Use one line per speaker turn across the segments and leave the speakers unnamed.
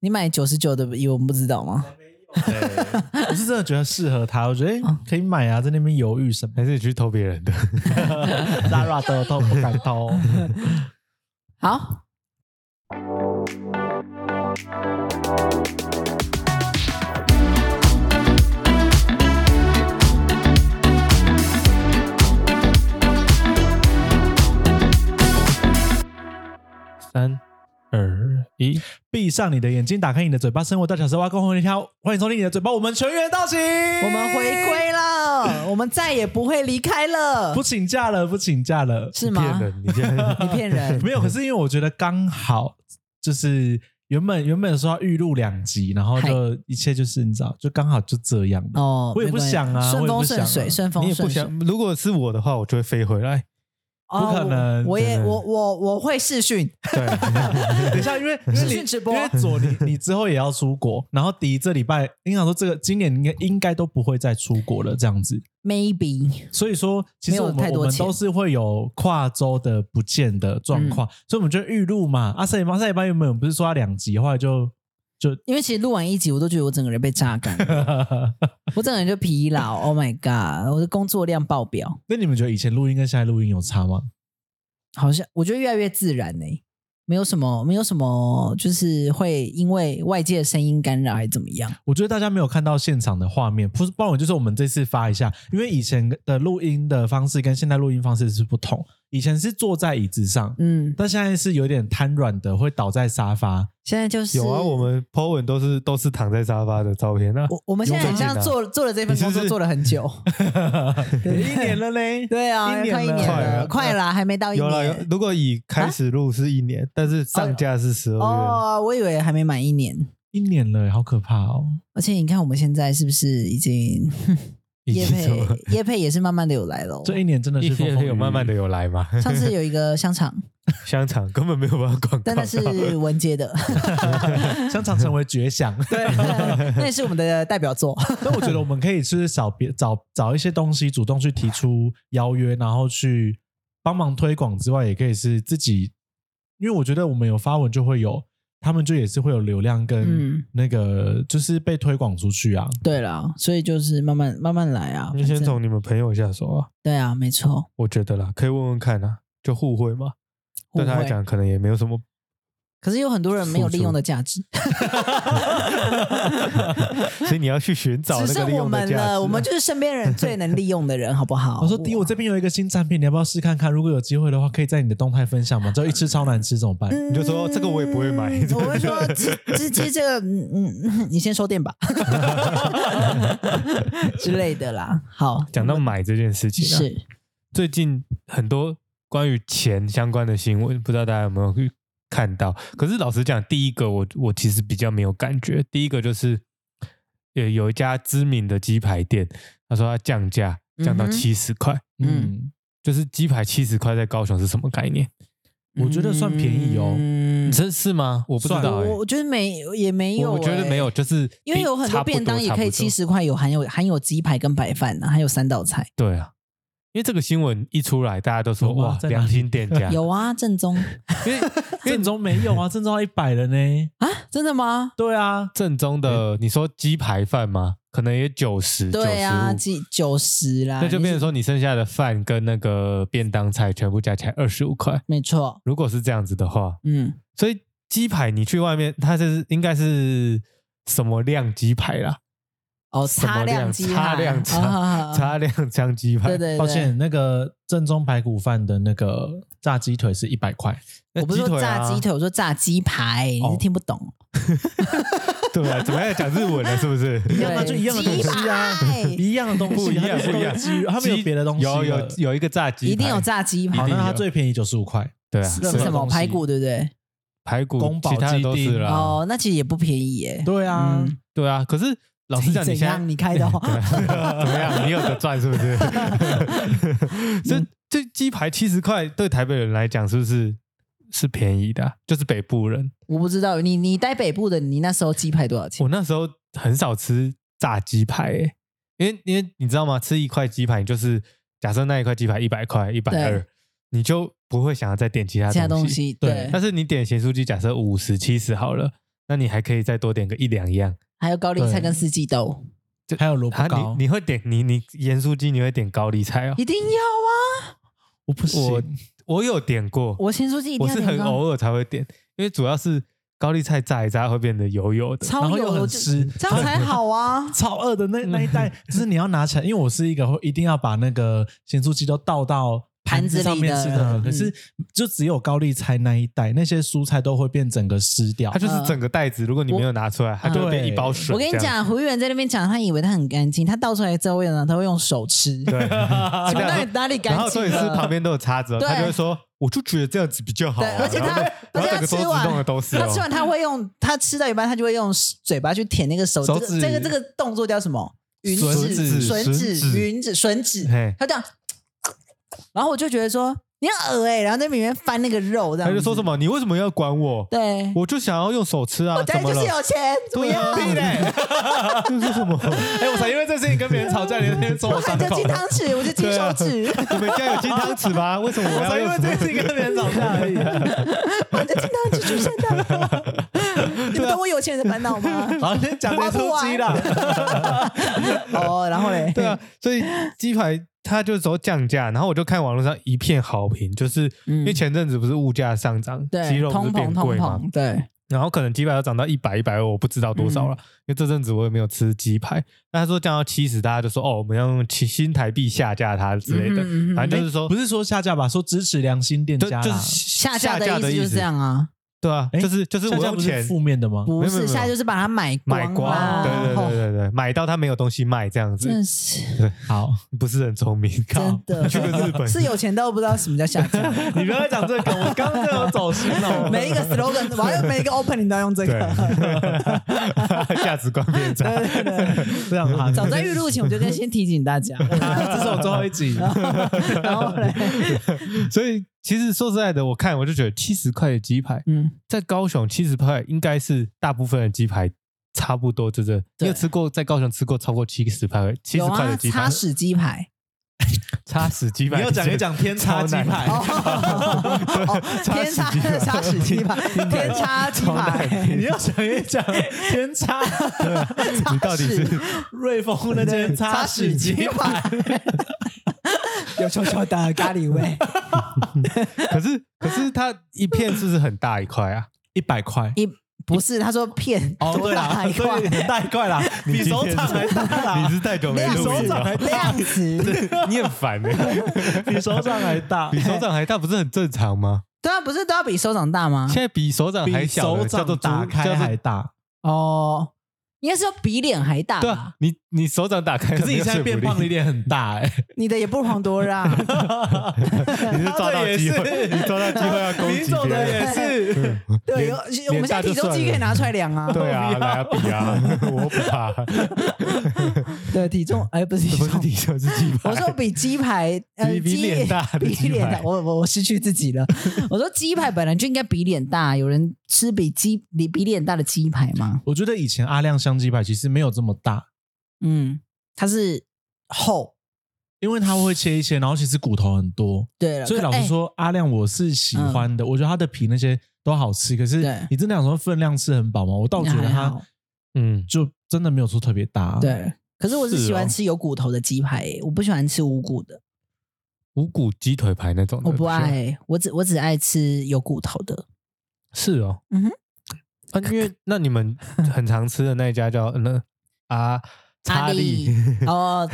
你买九十九的衣，我们不知道吗？
对， 我是真的觉得适合他，我觉得、诶可以买啊，在那边犹豫什么
嗯还是你去偷 别人的？
，Zara 的都不敢偷。
好，
三二一，
闭上你的眼睛，打开你的嘴巴，生活大小事，挖沟红一条，欢迎收听你的嘴巴，我们全员到齐，我
我们回归了，我们再也不会离开了
不，请假了，不请假了，
是
骗
吗？
人！你这样
你骗人，
没有，可是因为我觉得刚好就是原本原本说要预录两集，然后就一切就是你知道，就刚好就这样了。
哦，
我也
没
不
关系
想啊
顺
我也
风
不
顺
想
水，
啊
顺
你
风
也不
顺水
想。。如果是我的话，我就会飞回来。
哦
不可能
我我也
真的
我我我会视讯，
对，
等一下，因为因
视
为
讯
你
直播
因为左你你之后也要出国，然后迪这礼拜，你想说这个今年应该应该都不会再出国了，这样子。
maybe
所以说，其
没
实
有
我
太
们
多
我们
钱
都是会有跨州的不见的状况，
嗯
所以我们就预录嘛。阿塞巴塞巴原本不是说要两集，后来就 就
因为其实录完一集，我都觉得我整个人被榨干了，我整个人就疲劳。Oh my god，我的工作量爆表，
那你们觉得以前录音跟现在录音有差吗？
好像我觉得越来越自然呢、没有什么没有什么，就是会因为外界的声音干扰还是怎么样。
我觉得大家没有看到现场的画面，不是，不然我就是我们这次发一下，因为以前的录音的方式跟现在录音方式是不同，以前是坐在椅子上，
嗯，
但现在是有点瘫软的，会倒在沙发。
现在就是
有啊，我们 po 文都是都是躺在沙发的照片啊。
我我们现在很像做做了这份工
你是
作
不是
做了很久，
一年了嘞，
对啊，
一年
快一
了
年
快
了，
了
快啦，还没到一
有啦，有
年。啊
如果以开始录是一年，但是上架是十二月。
哦，我以为还没满一年，
一年了，好可怕哦！
而且你看我们现在是不是已 经
已经
叶
什么
配叶配也是慢慢的有来了。
这一年真的是
一
风
天
风雨雨
有慢慢的有来嘛？
上次有一个香肠，
香肠根本没有办法广告
但那
到，
是文杰的，
香肠成为绝 响。
对， 那也是我们的代表作。
但我觉得我们可以就是找别找找一些东西，主动去提出邀约，然后去帮忙推广之外，也可以是自己，因为我觉得我们有发文就会有，他们就也是会有流量跟
嗯
那个就是被推广出去啊。
嗯
对啦，所以就是慢慢慢慢来啊，
你先
反正
从你们朋友下手啊。
对啊，没错，
我觉得啦，可以问问看啊，就互惠嘛。对他
互
来
惠
讲，可能也没有什么。
可是有很多人没有利用的价值，
所以你要去寻找
只
那
剩
个利
我
用的价
们
值啊。
了，我们就是身边人最能利用的人，好不好？
我说迪，我这边有一个新产品，你要不要试看看？如果有机会的话，可以在你的动态分享嘛？只要一吃超难吃怎么办？
嗯
你就说这个我也不会买
我会 说直直接这个，嗯嗯， 你先收店吧之类的啦。好，
讲到买这件事情、啊，
是
最近很多关于钱相关的新闻，不知道大家有没有去看到？可是老实讲，第一个我我其实比较没有感觉。第一个就是，有有一家知名的鸡排店，他说他降价降到
嗯哼
七十块，
嗯，
就是鸡排七十块在高雄是什么概念？
我觉得算便宜哦
嗯
真是吗？我不知
算
道、欸，
我我觉得没也没有、
我觉得没有，
欸
就是
因为有很多便当也可以七
七十。
十块，有含有含有鸡排跟白饭呢、啊还有三道菜。
对啊，因为这个新闻一出来，大家都说
有吗
哇，
在哪里
良心店 家，
有啊，正宗
因为
正宗没 有啊，正宗要一百了呢。
啊，真的吗？
对啊，
正宗的，你说鸡排饭吗？可能也九十，九
对啊，
十五。
几九十啦，
那就变成
说
说，你剩下的饭跟那个便当菜全部加起来二十五块。
没错，
如果是这样子的话，
嗯，
所以鸡排你去外面，它是应该是什么量鸡排啦？
哦，
什么
擦亮
量
鸡
擦
排
亮
啊啊啊啊
擦亮香鸡排
对，对，对
抱歉，，那个正宗排骨饭的那个炸鸡腿是一百块。
那
我不是说
腿啊哦
炸鸡腿，我说炸鸡排，你是听不懂，
对啊，怎么样讲日文了？是不是？
一样啊，就一样的东西啊
鸡排，
一样的东西，
不一样，不一样
鸡，他们有别的东西了，
有有有一个炸鸡排，
一定有炸鸡排
好，
一。定
那
有
它最便宜九十五块，
对啊，
是
任
什
何
么
东西
排骨对不对？
排骨，
宫保
其他的
鸡
都
丁
是啦。
哦，那其实也不便宜耶。
对啊，
嗯
啊对啊，可是老实讲，你
怎
现在
样你开的哦
对啊怎么样？你有得赚是 不是？
嗯
这这鸡排七十块，对台北人来讲是不是是便宜的啊、就是北部人，
我不知道，你你待北部的，你那时候鸡排多少钱？
我那时候很少吃炸鸡排、欸，因为因为你知道吗？吃一块鸡排就是假设那一块鸡排一百块，一百
对
二，你就不会想要再点其他
其他东
东
西
西。
对
但是你点咸酥鸡，假设五十、七十好了，那你还可以再多点个一两样。
还有高丽菜跟四季豆，
还有萝卜
啊，
糕，
你你会点你你盐酥鸡，你会点高丽菜哦？
一定要啊！
我不行，
我我有点过，
我咸酥鸡一定
我
要
是
点
很哦
高
偶尔才会点，因为主要是高丽菜炸一炸会变得油油的。
然
超
后
油
又
我
很
就
湿，
这样才好 啊！
超饿的
嗯
那那一袋，就是你要拿起来，因为我是一个会一定要把那个咸酥鸡都倒到
盘子
子上面
里的
吃的人，
嗯
可是就只有高丽菜那一袋，那些蔬菜都会变整个湿掉
它。就是整个袋子，如果你没有拿出来，它就会变一包水。
嗯我跟你，讲，胡议员在那边讲，他以为他很干净，他倒出来之后，为了让他会用手吃，
对，
从
这样
哪里
说
哪里干
然后
净啊
所以是
了
旁边都有叉子哦，
对
他就会说，我就觉得这样子比较好
对，
啊。
而且
然
他
后被，
而
然
且
后整
他
个
吃
桌子弄的
完，
都是哦，
他吃完他会用，他吃到一半，他就会用嘴巴去舔那个手，这
手
个
指
这个这个动作叫什么？吮
吮
指、
指
吮
吮
指、
指
吮指、吮指
嘿，
他这样，然后我就觉得说你很恶哎，然后在里面翻那个肉，这样
他
子
就说什？么，你为什么要管我？
对，
我就想要用手吃啊，
我家
怎
里
么
就是
了？
有钱，怎么
对
样
啊，？这是什么？
哎，我才因为这事情跟别人吵架，你在那边说
我
我
喊着
伤口
哎金，汤匙，我就金
对
手
啊
指，
你们家有金汤匙吗？为什么我
我
要
才因
用
为
什
这
么
件事情跟别人吵架而已。
喊着金汤匙出现的。你
啊
们懂我有钱人的烦恼 吗？
好，先讲咸酥鸡啦，
哦，然后嘞，
对啊，所以鸡排它就走降价，然后我就看网络上一片好评，就是因为
嗯
前阵子不是物价上涨，鸡
对，
肉不
通
是变
膨通
贵嘛，
膨，对，
然后可能鸡排要涨到一百一百二，我不知道多少
嗯
了，因为这阵子我也没有吃鸡排。那他说降到七十，大家就说哦，我们要用七新台币下架它之类
嗯
的，
嗯嗯嗯
反正就是说
不是说下架吧，说支持良心店
就
家
就是
啦。
下
下
架
架
的
的
意思就是这样啊。
对啊，
诶
就是就是
下
我
架
用
不是
钱
负面的吗？
不
没有没
是，
有
现在就是把它买
买光，
啦
对对对
哦
对对，买到它没有东西卖这样
真
子，
的是
好，
不是很聪明，靠
真，的，
去个日本
是有钱到不知道什么叫下 架。
你不要再讲这个，我刚刚就有走心 了。
每一个 slogan，我要每一个 opening 都要用这
对
个。，
价值观变差。
对对对，
这样哈，
早在预录前我就跟先提醒大 家，
这是我最后一集。
啊然后嘞，
所以其实说实在的，我看我就觉得七十块的鸡排
嗯，
在高雄七十块应该是大部分的鸡排差不多，真的。
对
你有吃过在高雄吃过超过七十块七十
有
块
啊，
的鸡排
擦？屎鸡排，
差十鸡排，
你要讲一讲天差鸡排
哦， 哦天差 擦屎鸡排，天差鸡 排，
你要讲一讲天差
你到底是
擦
瑞丰 那间
擦
擦
屎
屎
鸡
鸡
排， 有臭臭的咖喱味。
可是可是它一片是不是很大一块啊？
一百块。
一不是，他说片
哦，
多
对
大
啦，
一块
对，很大一块啦， 比手掌还大
你
啦，
是太久没
量
录
手
音啊
掌
了
还，
量词。
你很烦哎、
比手掌还大
比。手掌还大不是很正常吗？
对啊，不是都要比手掌大吗
现？在比手掌还
比
小
手
的叫做
掌
猪
打开
叫做
还大，
哦，应该是要比脸还大
对
吧
啊？，你你手掌打开，
可是你现在变胖，你脸
点，欸
很大哎，
你的也不遑多啊让。
你啊是抓到机
他的
会，
也是
你抓到机会要 攻
你
击
走
别
的
人。
也 是，
对，
脸
有我
脸
们现在
大就
体重
算
机
了
可以拿出来量啊。
对啊，来啊，比啊， 我不怕，
对，体重哎，不是体
不是
重，
体重是鸡排。
我说比鸡 排呃
比比
鸡
脸大 的
比
鸡
脸大，
排
我我我失去自己 了。我说鸡排本来就应该比脸大，有人吃比鸡比比脸大的鸡排吗？
我觉得以前阿亮香鸡排其实没有这么大，
嗯，它是厚。
因为它会切一切，然后其实骨头很多，
对了，
所以
可
老
哎嗯
实说，阿亮我是喜欢的，我觉得它的皮那些都好吃。可是
对
你真的想说分量吃很饱吗？我倒觉得
还好
它
嗯，
就真的没有说特别大。，啊
对，可是我是
是
喜欢
哦
吃有骨头的鸡排耶、我不喜欢吃无骨的，
五谷鸡腿排那种的，
我不爱
是吗。
耶、我只我只爱吃有骨头的。
是哦，
嗯
嗯
哼
哼，啊，因为那你 们很常吃的那一家叫呃那啊查理
哦，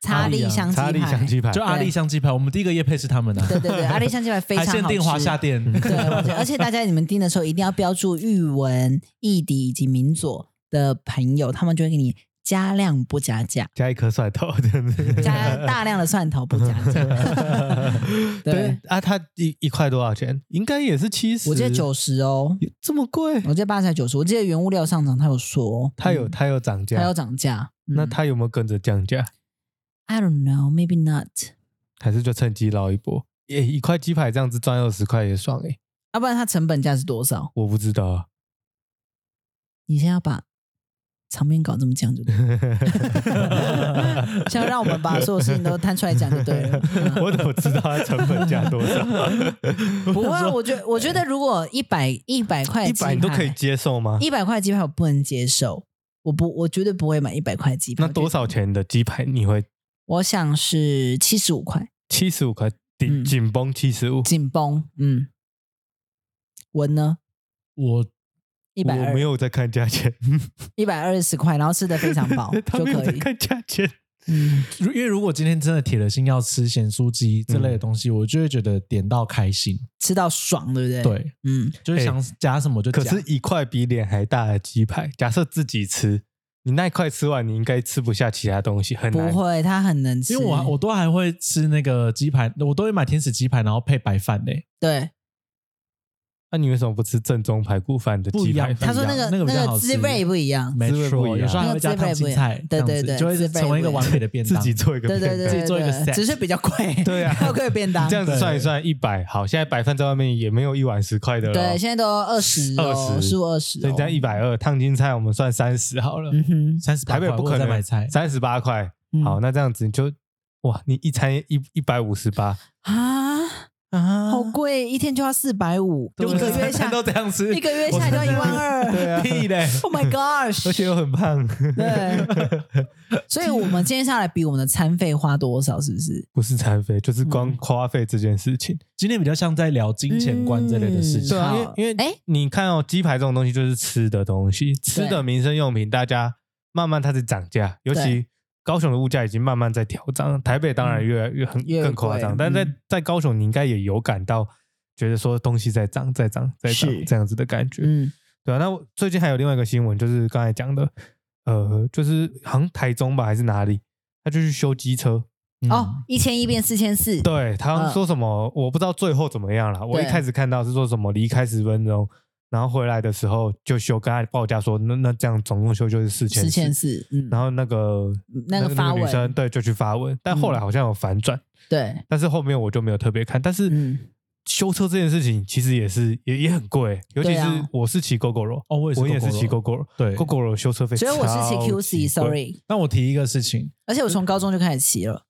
查
阿力
理
啊
香鸡
查理
排
香，鸡排，
就阿力香鸡排，我们第一个夜配是他们的、
对对对，阿力香鸡排非常
还
好吃。嗯
限定华夏店。
对，我觉得而且大家你们订的时候一定要标注玉文、义迪以及民佐的朋友，他们就会给你加量不加价，
加一颗蒜头这样子，
加大量的蒜头不加价。对
对啊，它一一块多少钱？应该也是七十，
我记得九十哦，
这么贵
我，记得八十还九十，我记得原物料上涨，它有说，
它有
嗯
它有涨
它
价
有，涨价。
那
嗯
它有没有跟着降价？
I don't know, maybe not。
还是就趁机捞一波？也一块鸡排这样子赚二十块也爽哎，
要、 不然它成本价是多少？
我不知道啊，
你先要把场面搞这么讲就 对了，想要让我们把所有事情都摊出来讲就对了。嗯
我怎么知道它成本价多少？
不会啊，我觉我觉得如果一百一百块
一
鸡
百
排，
你都可以啊接受吗？
一百块鸡排我不能接受，我不我绝对不会买一百块鸡排。
那多少钱的鸡排你会？
我想是七十五块，
七十五块顶
嗯
紧绷七十五，
紧绷。嗯，文呢？
我
一百
我
二
没有在看价钱，
一百二十块，然后吃的非常饱
他
就
没有
可
在
以。
看价钱。
嗯，
如因为如果今天真的铁了心要吃咸酥鸡这类
嗯
的东西，我就会觉得点到开心，
吃到爽，对不对？，
对，
嗯，
就是想加什么就加。
哎可是，一块比脸还大的鸡排，假设自己吃，你那一块吃完，你应该吃不下其他东西，很
不
难。
会，它很能吃。
因为我我都还会吃那个鸡排，我都会买天使鸡排，然后配白饭呢、
对
那你为什么不吃正宗排骨饭的
不
鸡
一样
排？
他说那个
那个比较
那
好
个
吃
滋味不一样，
没
滋味不
错，
一样
有时候还会加烫青菜，
那个滋味不一样对对
这样子
对
就会成为一个完美的便
自
当。
己做一个
对
便当，
对对，
自己做一个
对
set
只是比较贵，
对啊
要贵便当
这。样子算一算一百，好，现在白饭在外面也没有一碗十块的了。
哦
对，现在都二十哦，
20
十五二十，
所以这样一百二，烫青菜我们算三十好了。
嗯哼，
三十八
台北
块，
不
我
可
有在
能
买菜，
三十八块。
哎嗯
好，那这样子你就哇，你一餐一一百五 十八，
啊，
啊
好贵，一天就要四百五，
啊
一 个月下
都这 样吃，
一个月下来就要一万二，
对啊，
屁嘞！
，Oh my gosh！
而且又很胖，
对，所以我们今天下来比我们的餐费花多少，是不是？
不是餐费，就是光
嗯
花费这件事情。
今天比较像在聊金钱观这类的事
嗯
情
对，啊，因
好
为因为
哎
你看哦，鸡排这种东西就是吃的东西，吃的民生用品，大家慢慢它在涨价，尤其
对
高雄的物价已经慢慢在调涨，台北当然
嗯
越来越很
越
更夸
贵
张，但在
嗯
在高雄你应该也有感到，觉得说东西在涨，在涨，在涨
是
这样子的感觉。
嗯，
对啊，那我最近还有另外一个新闻，就是刚才讲的，呃，就是好像台中吧还是哪里，他就去修机车。
啊
哦，一千一变四千四，
对，他好像说什么、我不知道最后怎么样了。我一
嗯对
开始看到是说什么离开十分钟，然后回来的时候就修，跟他报价说那那这样总共修就是四千
四千。四，嗯，
然后那个
那个发
女
文嗯
生对就去发文，但后来好像有反转，
对，
但是后面我就没有特别看。但是
嗯
修车这件事情其实也是也也很贵，尤其
对
是
啊
我是骑 GoGo
哦，我也是，
我也是骑 GoGo
对
GoGo 修车费超
所
级
以
贵，
我是骑 QC，sorry，
那我提一个事情，
而且我从高中就开始骑了，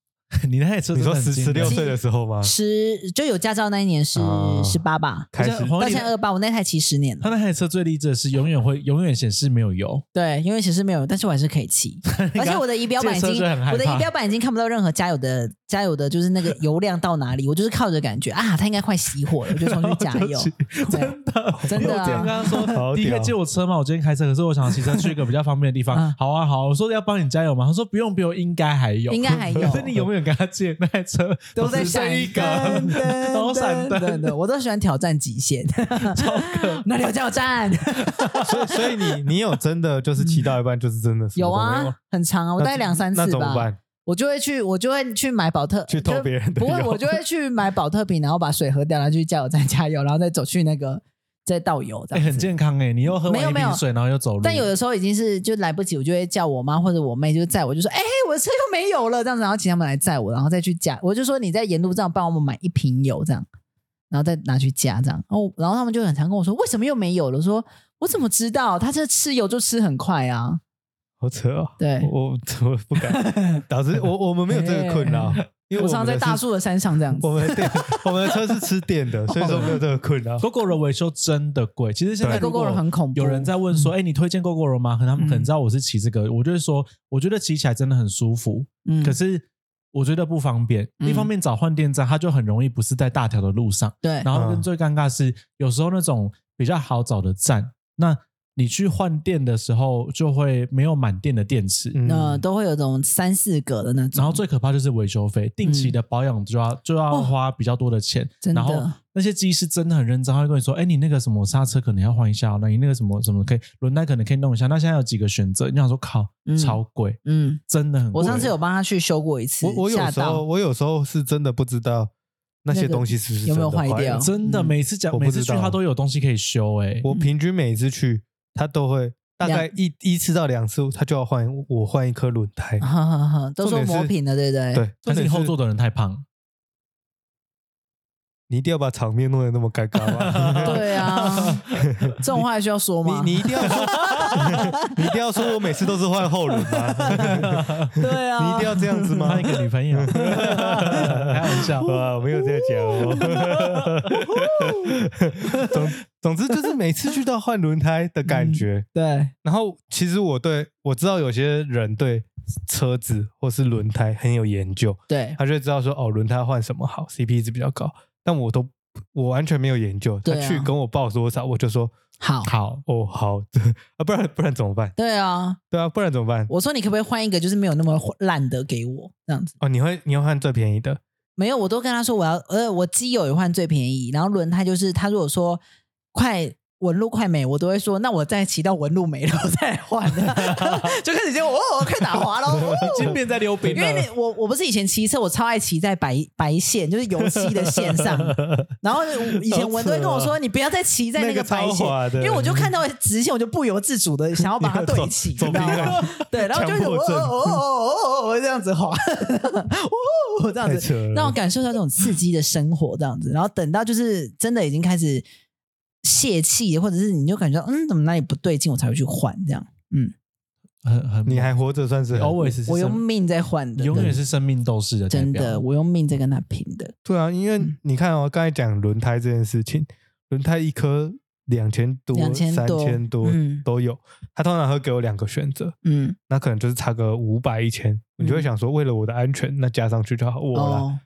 你那台车
你
真的
说
很
十
经
十
典
六岁的时候吗？
啊
十就有驾照那一年是
哦
十八吧，
开
我
始
现在
到
黄鹤
现
棣
在二八，我那台骑十年
他
了，
那台车最励志的是永远会永远显示没有油，
对，因为其实没有，但是我还是可以 骑，而且我的仪表板已
这
经
车就很害怕
我的仪表板已经看不到任何加油的加油的，就是那个油量到哪里，我就是靠着感觉啊，它应该快熄火了，我就冲去加油。对
真的
真的啊
因为我今天跟他说，
好屌
第一个借我车嘛，我今天开车，可是我想骑车去一个比较方便的地方
嗯。
好啊，好啊，我说要帮你加油嘛，他说不用，不用，应该还有，
应该还有
可是你永远跟他借那台车
都在
只剩
闪
一
灯
个，， 都闪灯，
的，我都喜欢挑战极限， 那里有加油 站，
哦所以所以你你有真的就是骑到一半就是真的什么
有
都没
啊，很长啊，我大概两三
那
次
怎么
吧。
办？
我就会去，我就会去买保特，
去偷别人的
就不会，
油
我就会去买保特瓶，然后把水喝掉，然后去加油站加油，然后再走去那个再倒油，这
哎，
样子
很健康哎，你又喝
没有
完一
没有
瓶水，然后又走路，
但有的时候已经是就来不及，我就会叫我妈或者我妹就载我，就说：“哎、我的车又没有了。”这样子，然后请他们来载我，然后再去加。我就说你在沿路上帮我们买一瓶油，这样，然后再拿去加，这样。然后然后他们就很常跟我说：“为什么又没有了？”我说：“我怎么知道？他这吃油就吃很快啊。
好扯哦！
对
我我不 敢。导致我我们没有这个困扰，
哎
因”为
我
我
常常
们的
在大
是，
树的山上这样子
我。们的电我们的车是吃电的，所以说没有这个 困扰。
GoGo 的维修真的贵，其实现在
对
如果
Gogoro 很嗯恐怖
有人在问说：“哎、你推荐 GoGo 罗吗？”可能他们可能知道我是骑这个，我就会说，我觉得骑起来真的很舒服，
嗯，
可是我觉得不方便。
嗯
一方面找换电站，它就很容易不是在大条的路上，
对
然后
嗯
跟最尴尬是，有时候那种比较好找的站，那你去换电的时候就会没有满电的电池。
嗯
呃，都会有种三四个的那种。
然后最可怕就是维修费，定
嗯
期的保养就要、就要花比较多的钱。
真的
然后那些技师真的很认真，他会跟你说：“哎，你那个什么刹车可能要换一下哦，那你那个什么什么可以轮胎可能可以弄一下。”那现在有几个选择？你想说靠
嗯，
超贵，
嗯，
真的很贵。
我上次有帮他去修过一次，
我我有
吓
时候
到
我有时候是真的不知道那些
那个
东西是不是
有没有
真的
坏
了
掉
真的
嗯
每次讲
我不
每次
知
去
道
他都有东西可以修，哎，
我平均每一次去，他都会大概
两
一一次到两次，他就要换我换一颗轮胎。
呵呵 呵，都
重
说
点是
磨平了，对不对？
对，
但是你后座的人太胖，
你一定要把场面弄得那么尴尬吗？
对啊，这种话还需要说吗？
你你一定 要说，你一定要说我每次都是坏后轮吗？
对
你
啊，
一定要这样子吗
他一？个女朋 友，开玩笑。
哇，我没有这样讲哦。 总总之就是每次去到换轮胎的感觉，
对，
然后其实我对我知道有些人对车子或是轮胎很有研究，
对，
他就会知道说哦，轮胎换什么好，CP 值比较高。但我都我完全没有研究，他
对啊
去跟我报多少，我就说
好，
好，
哦好 的啊，不然不然怎么办？
对啊，
对啊，不然怎么办？
我说你可不可以换一个就是没有那么烂的给我这样子？
哦，你会你会换最便宜的，
没有，我都跟他说我要，呃，我基友也换最便宜，然后轮胎就是他如果说快。纹路快没，我都会说，那我再骑到纹路没了，我再来换，就开始就哦，快打滑喽，哦
经变在溜冰
因为
了
你。我我不是以前骑车，我超爱骑在白白线，就是油漆的线上。然后以前文都会跟我
好扯
说，
哦
你不要再骑在
那
那
个
个白
超
线，
滑的
因为我就看到直线，我就不由自主的想要把它对齐，你
走
知道吗？对，然后就
强迫
哦
症
哦哦哦哦这样子滑，哦这样
太
子，
扯
嗯
了，
让我感受到这种刺激的生活，这样子。然后等到就是真的已经开始泄气，或者是你就感觉到嗯，怎么哪里不对劲，我才会去换这样。
很很，
你还活着算是很
always 是
我用
生
命在换的，
永远
对
是生命斗士的代
真
表
的，，我用命在跟他拼的。
对啊，
嗯
因为你看哦，刚才讲轮胎这件事情，轮胎一颗两千多、
2000
三
多
千多
嗯
都有，他通常会给我两个选择，
嗯，
那可能就是差个五百一千，你就会
嗯
想说，为了我的安全，那加上去就好我啦。
哦，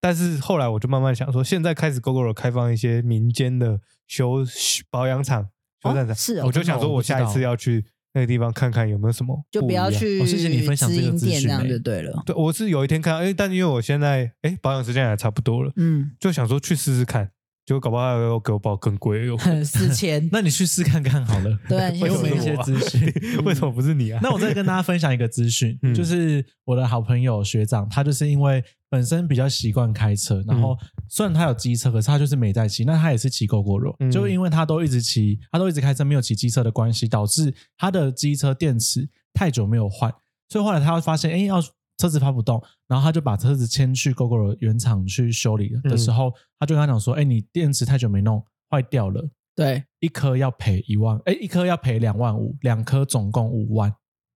但是后来我就慢慢想说，现在开始 GoGo 开放一些民间的修修保养厂、修缮厂，
哦是哦
我就想说，我下一次要去那个地方看看有没有什么
就
不
不
一
要
样
去
哦谢谢你分享这个
直营
资
店
讯
这样
欸
就对了。
对，我是有一天看到，哎，但因为我现在哎保养时间也差不多了，
嗯，
就想说去试试看，结果搞不好要给我报更贵 哦。
四千，
那你去试看看好了。
对你
给
先 试
我们一
看
些
看
资讯。
为什么不是你 啊？
那我再跟大家分享一个资讯
嗯，
就是我的好朋友学长，他就是因为本身比较习惯开车，然后
嗯
虽然他有机车，可是他就是没在骑，那他也是骑 GO GO 肉
嗯，
就因为他都一直骑，他都一直开车，没有骑机车的关系，导致他的机车电池太久没有换，所以后来他发现，哎，要车子发不动，然后他就把车子牵去 GO GO 原厂去修理
嗯
的时候，他就跟他讲说，哎，你电池太久没弄，坏掉了。
对，
一颗要赔一万，哎，一颗要赔两万五，两颗总共五万。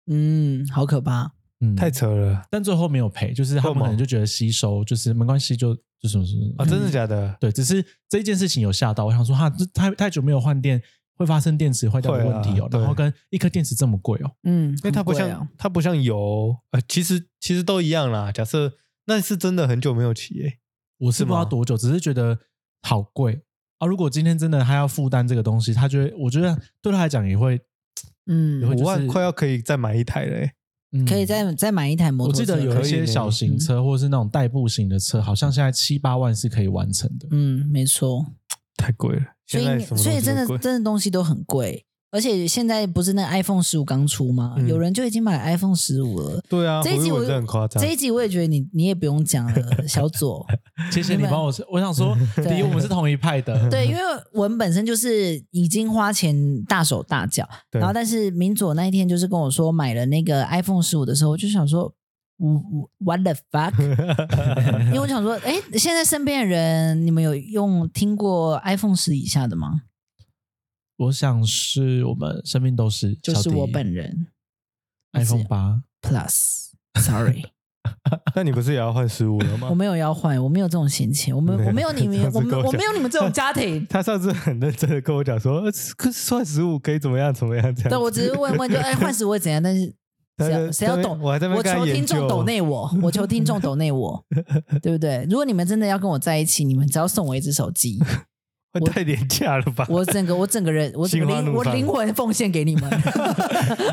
嗯，好可怕。
嗯，
太扯了啊
但最后没有赔，就是他们
为什么
可能就觉得吸收就是没关系，就就什么什么
嗯
嗯
啊！真的假的？
对，只是这件事情有吓到，我想说哈，这太太久没有换电，会发生电池坏掉的问题
会
哦。
啊对
然后跟一颗电池这么贵哦，
嗯，
因为它
很
不
贵
像
哦
它不像油，呃，其实其实都一样啦。假设那是真的很久没有骑诶，
我是不知道
是吗
多久，只是觉得好贵啊。如果今天真的他要负担这个东西，他觉得我觉得对他来讲也会，
嗯
也会
五
就
万
是
块要可以再买一台嘞。
嗯
可以再再买一台摩
我
托车。嗯
记得有一
可以
些
呢
小型车或者是那种代步型的车，好像现在七八万是可以完成的。
嗯，没错。
太贵了，
所
现在
以
什么
所以
东西都
真的
贵
真的东西都很贵，而且现在不是那 iPhone 十五刚出吗？
嗯
有人就已经买 iPhone 十五了。
对啊，
这一集
我
我
真的很夸张
这。一集我也觉得你你也不用讲了，小 左。
谢谢你
你们
帮我，我想说，
嗯 对
第一我们是同一 派的，
对，因为文本身就是已经花钱大手大脚，
对
然后但是明佐那一天就是跟我说买了那个 iPhone 十五的时候，我就想说。我 What the fuck？因为我想说，哎、现在身边的人，你们有用听过 iPhone 十以下的吗？
我想是我们生命都是，
就是我本人啊我是
iPhone 八，
Plus，Sorry，
那你不是也要换十五了吗
我？没有要换，我没有这种闲钱，我 没有，我没有你
这
们，
样子
我没有
够
我没有
呛
你们这种家庭
。他上次很认真的跟我讲说，呃可是算十五可以怎么样怎么样这样。
对，我只是问问就，哎、换时会怎样？但是谁
他在
要谁要
在那边
懂？
我还在那边
我
跟他
求
研
听
究
众抖内我，我求听众抖内 我，对不对？如果你们真的要跟我在一起，你们只要送我一只手 机，
会太廉价了吧？
我整个我整个人我整个
心花
灵
怒
我
放
灵魂奉献给你 们，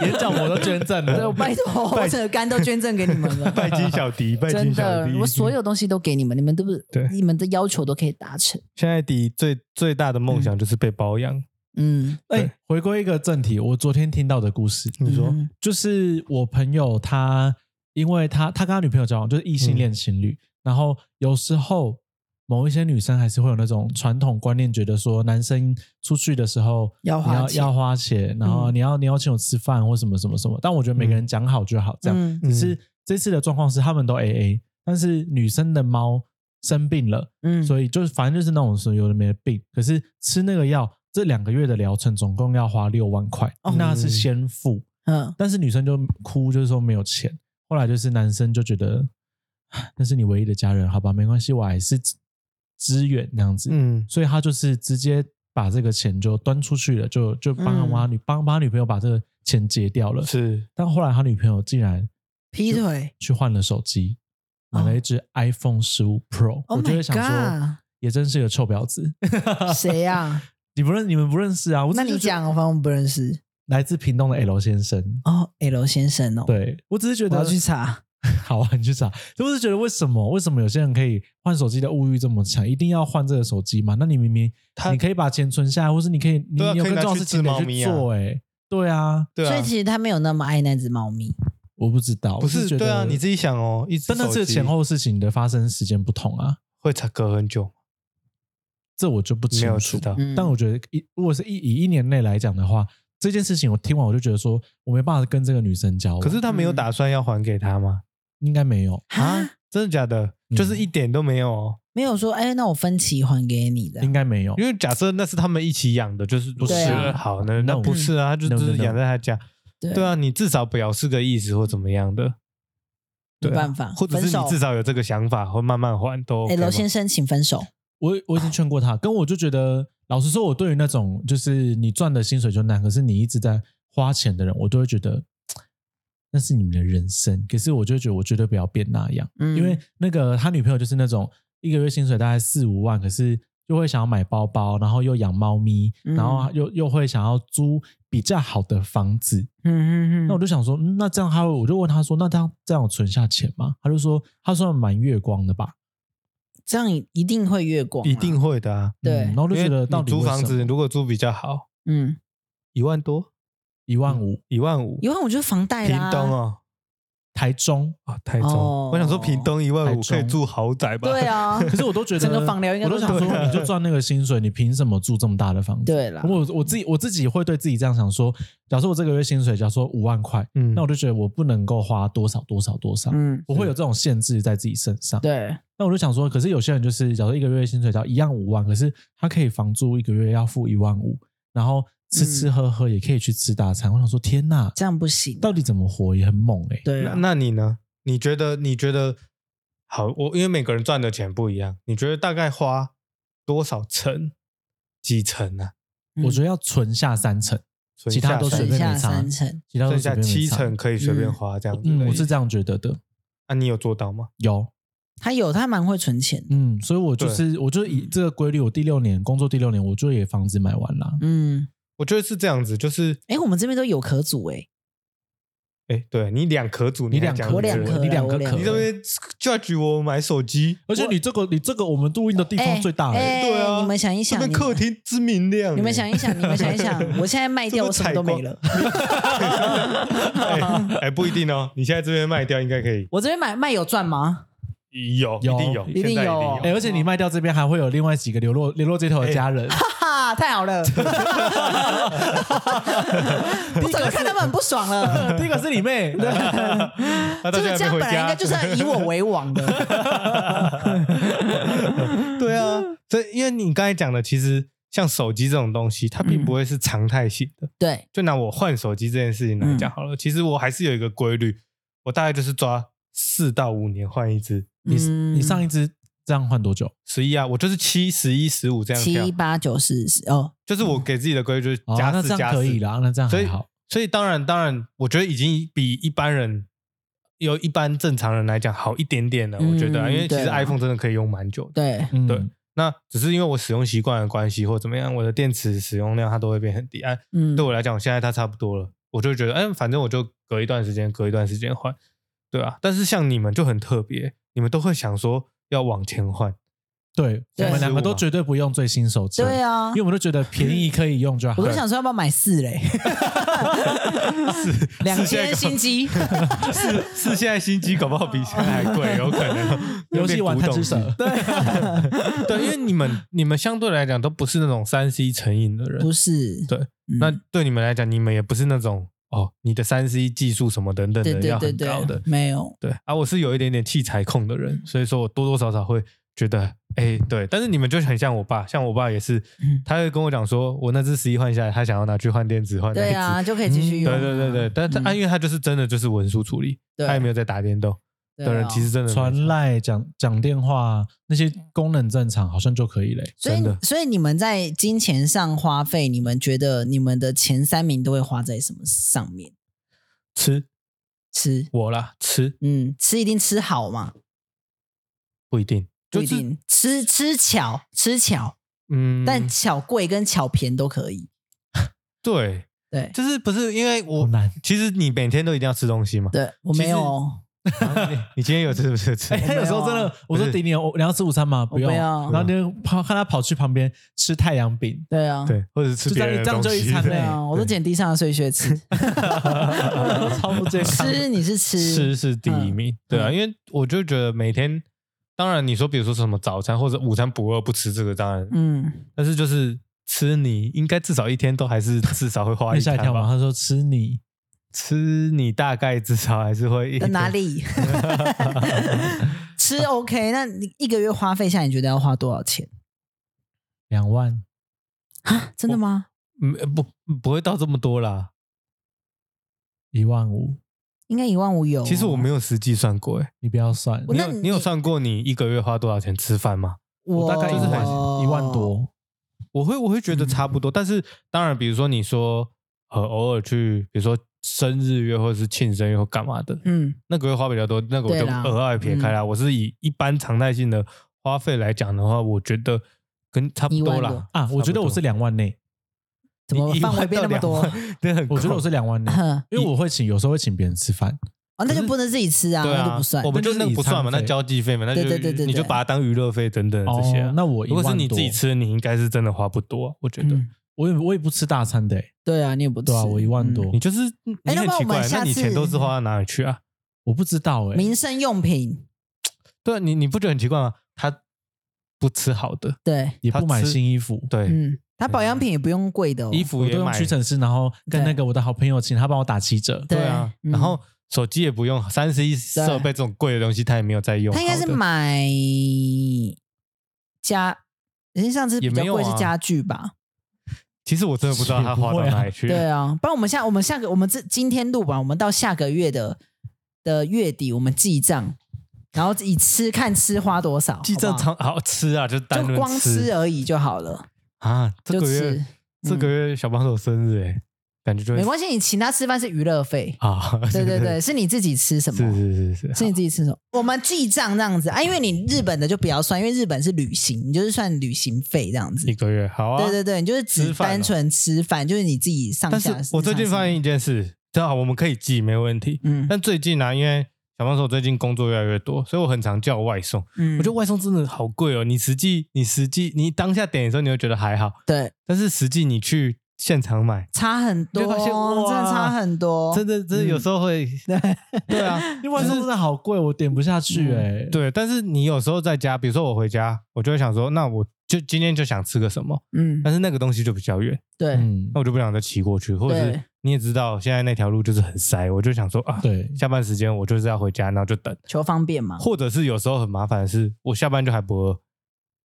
眼角膜都捐赠
对，我拜托，我整个肝都捐赠给你们了。
拜金小迪，拜
真
金小
的
迪，，
我所有东西都给你们，你们都不
对
你们的要求都可以达成。
现在迪最最大的梦想就是被包养。
嗯，
哎，回归一个正题，我昨天听到的故事，
你说
嗯
就是我朋友他，因为他他跟他女朋友交往，就是异性恋情侣，然后有时候某一些女生还是会有那种传统观念，觉得说男生出去的时候
要花
你要
钱
要花钱，然后
嗯
你要、你要请我吃饭或什么什么什么，但我觉得每个人讲好就好，这样。
嗯
只是这次的状况是他们都 A A，但是女生的猫生病了，
嗯，
所以就是反正就是那种是有的没的病。可是吃那个药，这两个月的疗程总共要花六万块，
哦
那是先付，
嗯，
但是女生就哭，就是说没有钱。后来就是男生就觉得唉那是你唯一的家人，好吧，没关系，我还是支支援那样子。
嗯，
所以他就是直接把这个钱就端出去了，就就帮他
嗯
妈女帮帮他女朋友把这个钱结掉了。
是
但后来他女朋友竟然
劈腿
去换了手机，买了一只 iPhone 十五 Pro，、
哦 Oh
我就会
my
想说
God，
也真是个臭婊子。
谁呀？
你不认你们不认识啊？我
那
只是
你
觉得
讲，反正我不认识
来自屏东的 L 先生，
哦，L 先生哦，，
对我只是觉
我
得
要去查，
好啊，你去查。我是觉得为什么为什么有些人可以换手机的物欲这么强，一定要换这个手机嘛？那你明明
他
你可以把钱存下来，或是你可以你
对啊
你有
可
更
以拿
重要的
去
事
治
情得
猫咪
去
啊
做哎、对啊，
对
所
啊
以，其实他没有那么爱那只猫咪，
我不知道，
不
我
是
觉得
对啊，你自己想哦，一直
但那这个前后事情的发生时间不同啊，
会差隔很久，
这我就不
没
清
有
楚
知。道，
嗯
但我觉得一如果是一以一年内来讲的话，这件事情我听完我就觉得说我没办法跟这个女生交往，
可是他没有打算要还给他吗？
应该没有，
啊，
真的假的？
嗯
就是一点都没有哦，
没有说哎，那我分期还给你的
应，该没有，
因为假设那是他们一起养的，就是不
是
啊
好呢，
No
那不是啊，他就
No,
只
no,
是
no
养在他家。
对
对，啊，你至少表示个意思或怎么样的，
没
对啊
办法，
或者
分
是你
手
至。少有这个想法，会慢慢还都 OK
哎，
吧。
楼先生，请分手。
我我已经劝过他，跟我就觉得，老实说，我对于那种就是你赚的薪水就难，可是你一直在花钱的人，我都会觉得嘖嗯那是你们的人生。可是我就会觉得，我绝对不要变那样，
嗯
因为那个他女朋友就是那种一个月薪水大概四五万，可是就会想要买包包，然后又养猫咪，
嗯
然后又又会想要租比较好的房子，
嗯嗯嗯
那我就想说，嗯、那这样他会，我就问他说，那他这样有存下钱吗？他就说，他算蛮月光的吧。嗯
这样一定会月光啊，
一定会的啊，
对
嗯然后我就
因为
觉得
你
到底
租
为
房
什么
子如果租比较好，
嗯，
一万多，
一万五，
一万五
一，万五就是房贷
屏
啦，
东哦，
台中，
啊，台中，
哦
我想说屏东一万
台
五
中
可以住豪宅吧？
对，啊，
可是我都觉 得
整个访疗应该
我
都
都想
是
说，你就赚那个薪水，你凭什么住这么大的房子？
对啦，
我我自己我自己会对自己这样想说，假设我这个月薪水，假如说五万块，
嗯，
那我就觉得我不能够花多少多少多少，
嗯，
我会有这种限制在自己身上。
对，
那我就想说，可是有些人就是，假如一个月薪水只要一样五万，可是他可以房租一个月要付一万五，然后
嗯
吃吃喝喝也可以去吃大餐。我想说，天呐，
这样不行，
到底怎么活也很猛哎、
对
那
啊，
那你呢？你觉得你觉得好？我因为每个人赚的钱不一样，你觉得大概花多少成几成啊？
我觉
得
得要存下三成，
存
其他
下
都
三
随
剩
便
嗯下
没差
三成，
其他都
剩
是
下
随便没
七
差
成可以随便
嗯
花这样子的意思。
嗯，我是这样觉得的。
啊，你有做到吗？
有，
他有，他蛮会存钱的，
嗯，所以我就是，我就以这个规律，我第六年工作第六年，我就也房子买完啦。
嗯，
我觉得是这样子，就是
哎，我们这边都有可组哎，
哎，对你两壳组，
你
还
两
讲
壳
我
你
两
是
壳
你两
啦
颗
我两
壳
你这
颗
边 judge 我买手机，
而且你这个，你这个我们录音的地方
哎
最大
哎
哎、
对啊，
你们想一想
这
你
边
们
客厅之明亮欸，
你们 想一想，你们想一想，我现在卖掉，我什么都没了，
哎哎，不一定哦，你现在这边卖掉应该可以，
我这边买卖有赚吗？
有，
有
一定有，
一
定
现在
有
有
哎而且你卖掉这边还会有另外几个流落流落街头的家
哎
人，
哈哈，太好了， 我早就看他们很不爽了。
第一个是你妹，
他到
这
现
个家本
在还没回
来应该
家
就。是 要以我为王的，
对啊，所以因为你刚才讲的，其实像手机这种东西，它
嗯
并不会是常态性的。
对，
就拿我换手机这件事情来
嗯
讲好了，其实我还是有一个规律，我大概就是抓四到五年换一只，
你
嗯
你上一支这样换多久？
十一啊，我就是七、十一、十五这样
七
跳，
八九十十哦，
就是我给自己的规律就是
哦，
加
那
四、
这
加
样
四
可以啦，那这样
所
还
以
好。
所以当然当然，我觉得已经比一般人。有一般正常人来讲好一点点了，我觉得啊、
嗯
因为其
对
实
啦
iPhone 真的可以用蛮久的。
对，
嗯
对那只是因为我使用习惯的关系或怎么样，我的电池使用量它都会变很低。哎、
嗯，
对我来讲，现在它差不多了，我就觉得，哎，反正我就隔一段时间，隔一段时间换，对啊。但是像你们就很特别，你们都会想说要往前换，
对，
对
我们两个都绝对不用最新手机，
对啊
因为，我们都觉得便宜可以用就好。
我都想说要不要买四 嘞，啊两千 新 机，
是是现在新机搞不好比现在还贵，有可 能
游戏玩贪吃蛇，对，
对，因为你们你们相对来讲都不是那种三 C 成瘾的人，
不是，
对
嗯，
那对你们来讲，你们也不是那种哦，你的三 C 技术什么等等
对
的
对
要
对
很高的
对，，没有，
对啊，我是有一点点器材控的人，所以说我多多少少会觉得，哎、对，但是你们就很像我爸，像我爸也是，
嗯
他会跟我讲说，我那只十一换下来，他想要拿去换电池，换那一
对
只
啊，就可以继
嗯
续用啊、
对对对对，但他、啊，
嗯
因为他就是真的就是文书处理，
对
他也没有在打电动
对
的人，
啊
其实真的
传赖、讲讲电话那些功能正常，好像就可以嘞。
所以
真的
所以你们在金钱上花费，你们觉得你们的前三名都会花在什么上面？
吃
吃，
我啦，吃
嗯，吃一定吃好嘛，
不一定，
不
就
一
是
定吃吃巧吃巧，
嗯，
但巧贵跟巧便都可以。
对，
对
就是不是因为
好
我
难，
其实你每天都一定要吃东西嘛，
对，我没有哦，
啊你你今天有吃不吃？吃哦
哎、他哎有时候真
没有
的，我说
不是
迪尼，我你要吃午餐吗？不用。
不要
然后你跑看他跑去旁边吃太阳饼，
对啊，
对，或者是吃
就
别
这样
人的
这样
东
就
西
一餐
对
嘞
啊，我都捡地上的碎屑吃。
超不健康。
吃你是吃
吃是第一名，对啊，
嗯
因为我就觉得每天，当然你说比如说什么早餐或者午餐不饿不吃这个当然，
嗯，
但是就是吃你应该至少一天都还是至少会花
被
一
吓一跳
餐
嘛？
吧，
他说吃你，
吃你大概至少还是会一
在哪？里？ 吃 OK，那你一个月花费下，你觉得要花多少钱
两万，
啊？真的吗？
嗯，不不会到这么多啦。
一万五，
应该一万五有哦。
其实我没有实际算过，哎，
你不要算。
我
你
那
有
你
你有算过你一个月花多少钱吃饭吗？
我，
我大概
就是很
哦
一万，多，
我会我会觉得
嗯
差不多，但是当然，比如说你说呃偶尔去，比如说生日约或者是庆生约或干嘛的，
嗯，
那个会花比较多，那个我就
对啦嗯
额外撇开啦。我是以一般常态性的花费来讲的话，我觉得跟差不多
一万多
啦。
啊，我觉得我是
差
两万内，
怎么
你一
范围
万
变那么
到
多
两？不多，对，很
我觉得我
恐
是两 万内，
哼
因为我会请，有时候会请别人吃饭，
哦，那就不能自己吃啊，
对
那
啊，
就不算
我。们
那就
就是那个
以
不
餐
算嘛，那
费
交际费嘛，那就
对对对对
你就
对
把它当娱乐费等等的这些啊、
哦，那我一
如果
万多，
是你自己，吃，你应该是真的花不多，我觉得。
嗯
我也我也不吃大餐的欸，
对啊，你也不吃。
对啊，我一万
嗯
多
你，就是你
哎那
很
不然
奇
我们
怪，
下
那你钱
次
都是花到哪里去啊？
我不知道哎，
民生用品，
对啊，你你不觉得很奇怪吗？他不吃好的，
对，
也
他
不买
吃
新衣服，
对，
嗯，它保养品也不用贵的哦，
衣服
我
也
都用
买，
屈臣氏，然后跟那个我的好朋友请他帮我打七折，
对
对啊，
嗯
然后手机也不用，三 C 设备这种贵的东西他也没有在用，
他应该是
好的
买家，人家上次比
也没
较
有
贵是
啊
家具吧？
其实我真的不知道他花到哪里去。
对啊，不然我们下我们下个我们这今天录完，我们到下个月的的月底我们记账，然后以吃看吃花多少，
记账
好
常好吃啊，就
不好
单
就
论
光吃而已就好了，
啊。这
就
个
吃
月。这个月小帮手生日哎，感觉就会
没关系，你请他吃饭是娱乐 费，
啊，
对对对，，是你自己吃什么？
是是是
是
是，
你自己吃什么？我们记账这样子啊，因为你日本的就不要算，因为日本是旅行，你就是算旅行费这样子
一。个月好啊。
对对对，你就是只
吃饭哦
单纯吃饭，就是你自己上
但是
下。
我最近
日常生活
发现一件事，正好我们可以记没问题。
嗯
但最近啊，因为小帮手最近工作越来越多，所以我很常叫外送。
嗯
我觉得外送真的好贵哦。你实际你实际你当下点的时候，你会觉得还好，
对
但是实际你去现场买，
差很多，
就发现哇
真的差很多，
真的真的有时候会
哦嗯 对
对啊，
因为外送真的好贵，我点不下去哎，
对，但是你有时候在家，比如说我回家，我就会想说，那我就今天就想吃个什么，
嗯，
但是那个东西就比较远，
对
嗯
那，我就不想再骑过去，或者
对
是你也知道现在那条路就是很塞，我就想说啊，
嗯对，
下班时间我就是要回家，然后就等，
求方便嘛，
或者是有时候很麻烦的是，我下班就还不饿。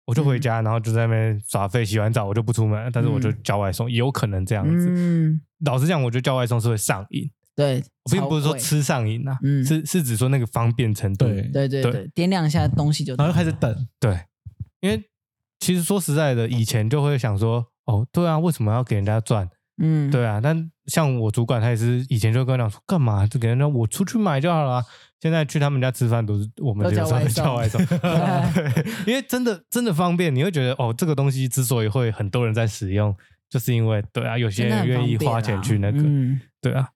我就回家，然后就在那边耍废，洗完澡我就不出门，但是我就
嗯
叫外送，也有可能这样子。
嗯，
老实讲，我觉得叫外送是会上瘾，
对，
我并不是
超
说
贵，
吃上瘾啊，
嗯
是是指说那个方便程度。
嗯
对
对
对
对
对，点两下东西就
然
到
后又开始等，
对，因为其实说实在的，以前就会想说，哦，对啊，为什么要给人家赚？
嗯，
对啊，但像我主管他也是以前就跟我讲说，干嘛就给人家我出去买就好了啊、现在去他们家吃饭都是我们
都叫
有时候
外
会
送
叫 外送，对因为真的真的方便，你会觉得哦，这个东西之所以会很多人在使用，就是因为对啊，有些
真的
人
很方
愿
便啊，
意花钱去那个，
嗯
对啊，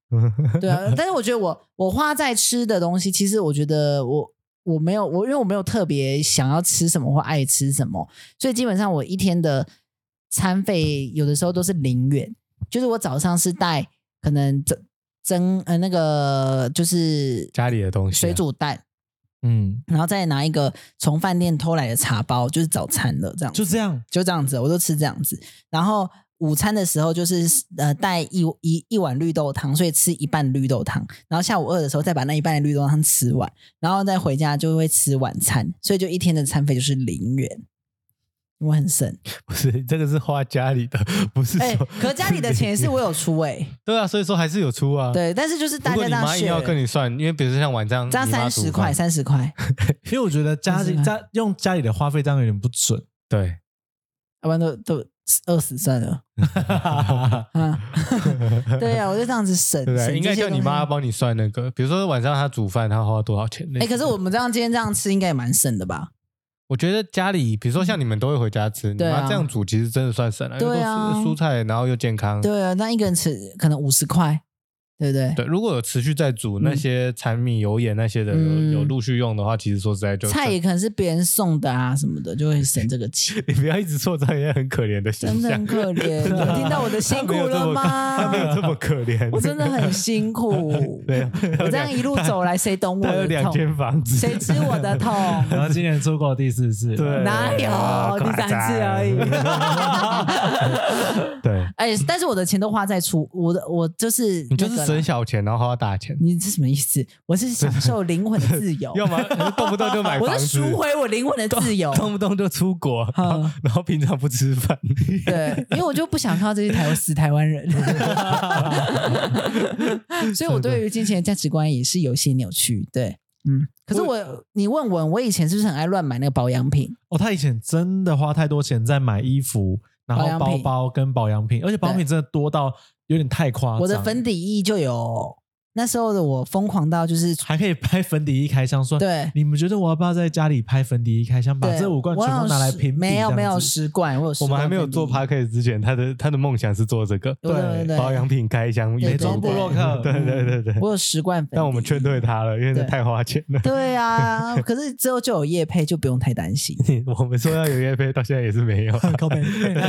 对 啊，但是我觉得我我花在吃的东西，其实我觉得我我没有我因为我没有特别想要吃什么或爱吃什么，所以基本上我一天的餐费有的时候都是零元，就是我早上是带可能蒸蒸呃那个就是
家里的东西啊、
水煮蛋，
嗯，
然后再拿一个从饭店偷来的茶包，就是早餐了这样子，
就这样，
就这样子，我都吃这样子。然后午餐的时候就是呃带一一一碗绿豆汤，所以吃一半绿豆汤，然后下午饿的时候再把那一半的绿豆汤吃完，然后再回家就会吃晚餐，所以就一天的餐费就是零 元。我很省，
不是这个是花家里的，不是
哎、
说。
可是家里的钱也是我有出哎、
对啊，所以说还是有出啊。，
对，但是就是
不
大
过
家
你
这样
妈硬
share
要跟你算，因为比如说像晚上
这样
你妈
三
煮
十块，
饭，
三十块，
因为我觉得家
真
里
是
家用家里的花费这样有点不准。
对，
要不然都都饿死算了啊！ 对啊呀、我就这样子省，
对不啊
省
对？应该
这些
叫
东
你
西
妈帮你算那个，比如说晚上她煮饭，她花多少钱？那
哎、可是我们这样今天这样吃，应该也蛮省的吧？
我觉得家里，比如说像你们都会回家吃，你
对啊
妈这样煮其实真的算省了，因为都
对啊
是蔬菜，然后又健康。
对啊，那一个人吃可能五十块，对不对？
嗯对，如果有持续在煮
嗯
那些产米、油盐那些的，
嗯
有有陆续用的话，其实说实在就
菜也可能是别人送的啊什么的，就会省这个钱。
你不要一直塑造一些很可怜的
真
形
的 很
象，
可怜，有听到我的辛苦了
他 没有
吗？
这么可怜，
我真的很辛苦，
对啊，
我这样一路走来，谁懂我
他有
的
两
痛？
间房子，
谁知我的 痛？
然后今年出国第四次，
对
哪
啊
有？第三次而已。
对，
哎、但是我的钱都花在出，我的我就是
你就
那
是
个
省
啦
小钱，然后花大钱，
你这什么意思？我是享受灵魂的自由，
要么动不动就买
我
房
是
子，
赎回我灵魂的自由。
动不动就出国，然后
嗯
然后平常不吃饭，
对，因为我就不想看到这些台死台湾人，所以我对于金钱的价值观也是有些扭曲。对，嗯，可是我你问我，我以前是不是很爱乱买那个保养品？
哦，他以前真的花太多钱在买衣服，然
保
后
养
包
品
包跟保养品，而且保养品真的多到有点太夸张。
我的粉底液就有，那时候的我疯狂到就是
还可以拍粉底液开箱，
哦
说
对
你们觉得我要不要在家里拍粉底液开箱，把
对
这五罐
我
全
有
部拿来
十
评比？
没有
这样
没有
子
十罐，我有十
我们还
罐
没有
粉底
做
液
podcast 之前，他的他的梦想是做这个，
对对对
保养品开箱，
对
美
美
对
妆部
对
落客，
对对对对，
嗯我有十罐粉底液，
但我们劝退他了，因为那
对
太花钱 了。
对啊，可是之后就有叶配，就不用太担心。
我们说要有业费，到现在也是没有。
靠背。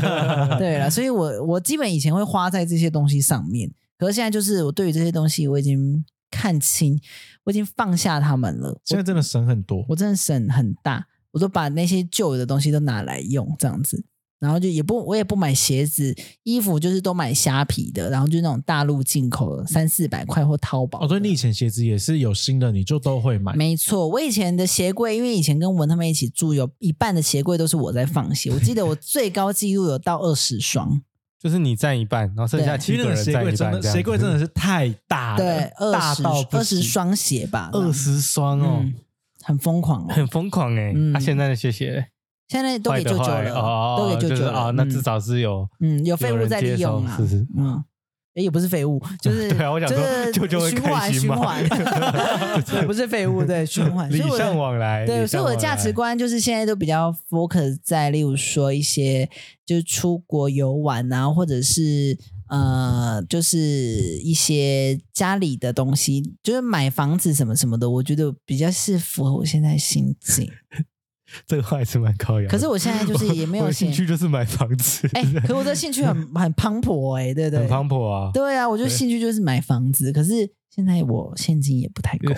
对了，所以我我基本以前会花在这些东西上面，可是现在就是我对于这些东西我已经看清，我已经放下他们了。
现
我
在真的省很多，
我真的省很大，我都把那些旧的东西都拿来用这样子，然后就也不我也不买鞋子、衣服，就是都买虾皮的，然后就那种大陆进口的三四百块或淘宝的。
嗯哦，对你以前鞋子也是有新的，你就都会买。
没错，我以前的鞋柜，因为以前跟文他们一起住，有一半的鞋柜都是我在放鞋。我记得我最高纪录有到二十双，
就是你占一半，然后剩下
对
其实
七个
那个
人
鞋
占
柜
一
真
半，
的，鞋柜真的是太大了，
对，二
大
十
到不
二十
行。
双鞋吧，
二十双哦
嗯，，很疯狂哦。
很疯狂哎。
嗯
他现在的谢谢，
现在都
坏
给
的
舅舅
坏
了，都
哦，
给舅
就
舅
是
了
啊，
嗯
那至少是有
嗯有废物在利用啊
有人接受是是，
嗯。也不是废物，就是
对啊我想
就
说
是
舅舅会
循
开
环
心
循
吗
环， 对，不是废物，对循环。
礼
所以我的
尚往来。
对，
礼
所以
尚
我
往
的
来
价值观就是现在都比较 focus 在，例如说一些就是出国游玩啊，或者是呃，就是一些家里的东西，就是买房子什么什么的，我觉得比较是符合我现在的心境。
这个话还是蛮高雅的。
可是我现在就是也没
我
有
的兴
钱，
趣就是买房子，
哎、可我的兴趣很很磅礴哎、对不
很
对？
磅礴啊。
对啊，我就
对
兴趣就是买房子，可是现在我现金也不太 够，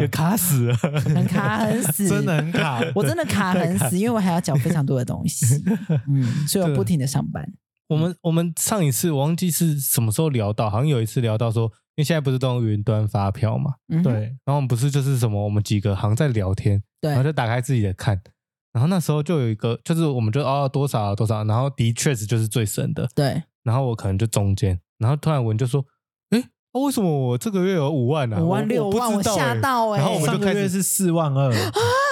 也 卡死了，
很卡很死，
真的很卡，
我真的卡很死，因为我还要缴非常多的东西，嗯，所以我不停的上班。
我们我们上一次我忘记是什么时候聊到，好像有一次聊到说，因为现在不是都用云端发票嘛，
嗯，
对，
然后我们不是就是什么，我们几个好像在聊天，然后
对
就打开自己的看，然后那时候就有一个，就是我们就哦多少啊多少啊，然后的确是就是最深的，
对，
然后我可能就中间，然后突然文就说，哎、啊为什么我这个月有五万啊？
五
我
万六万，我
我不知道
吓
欸
到哎、
然后我们
上
就
个
开始
月是四万二，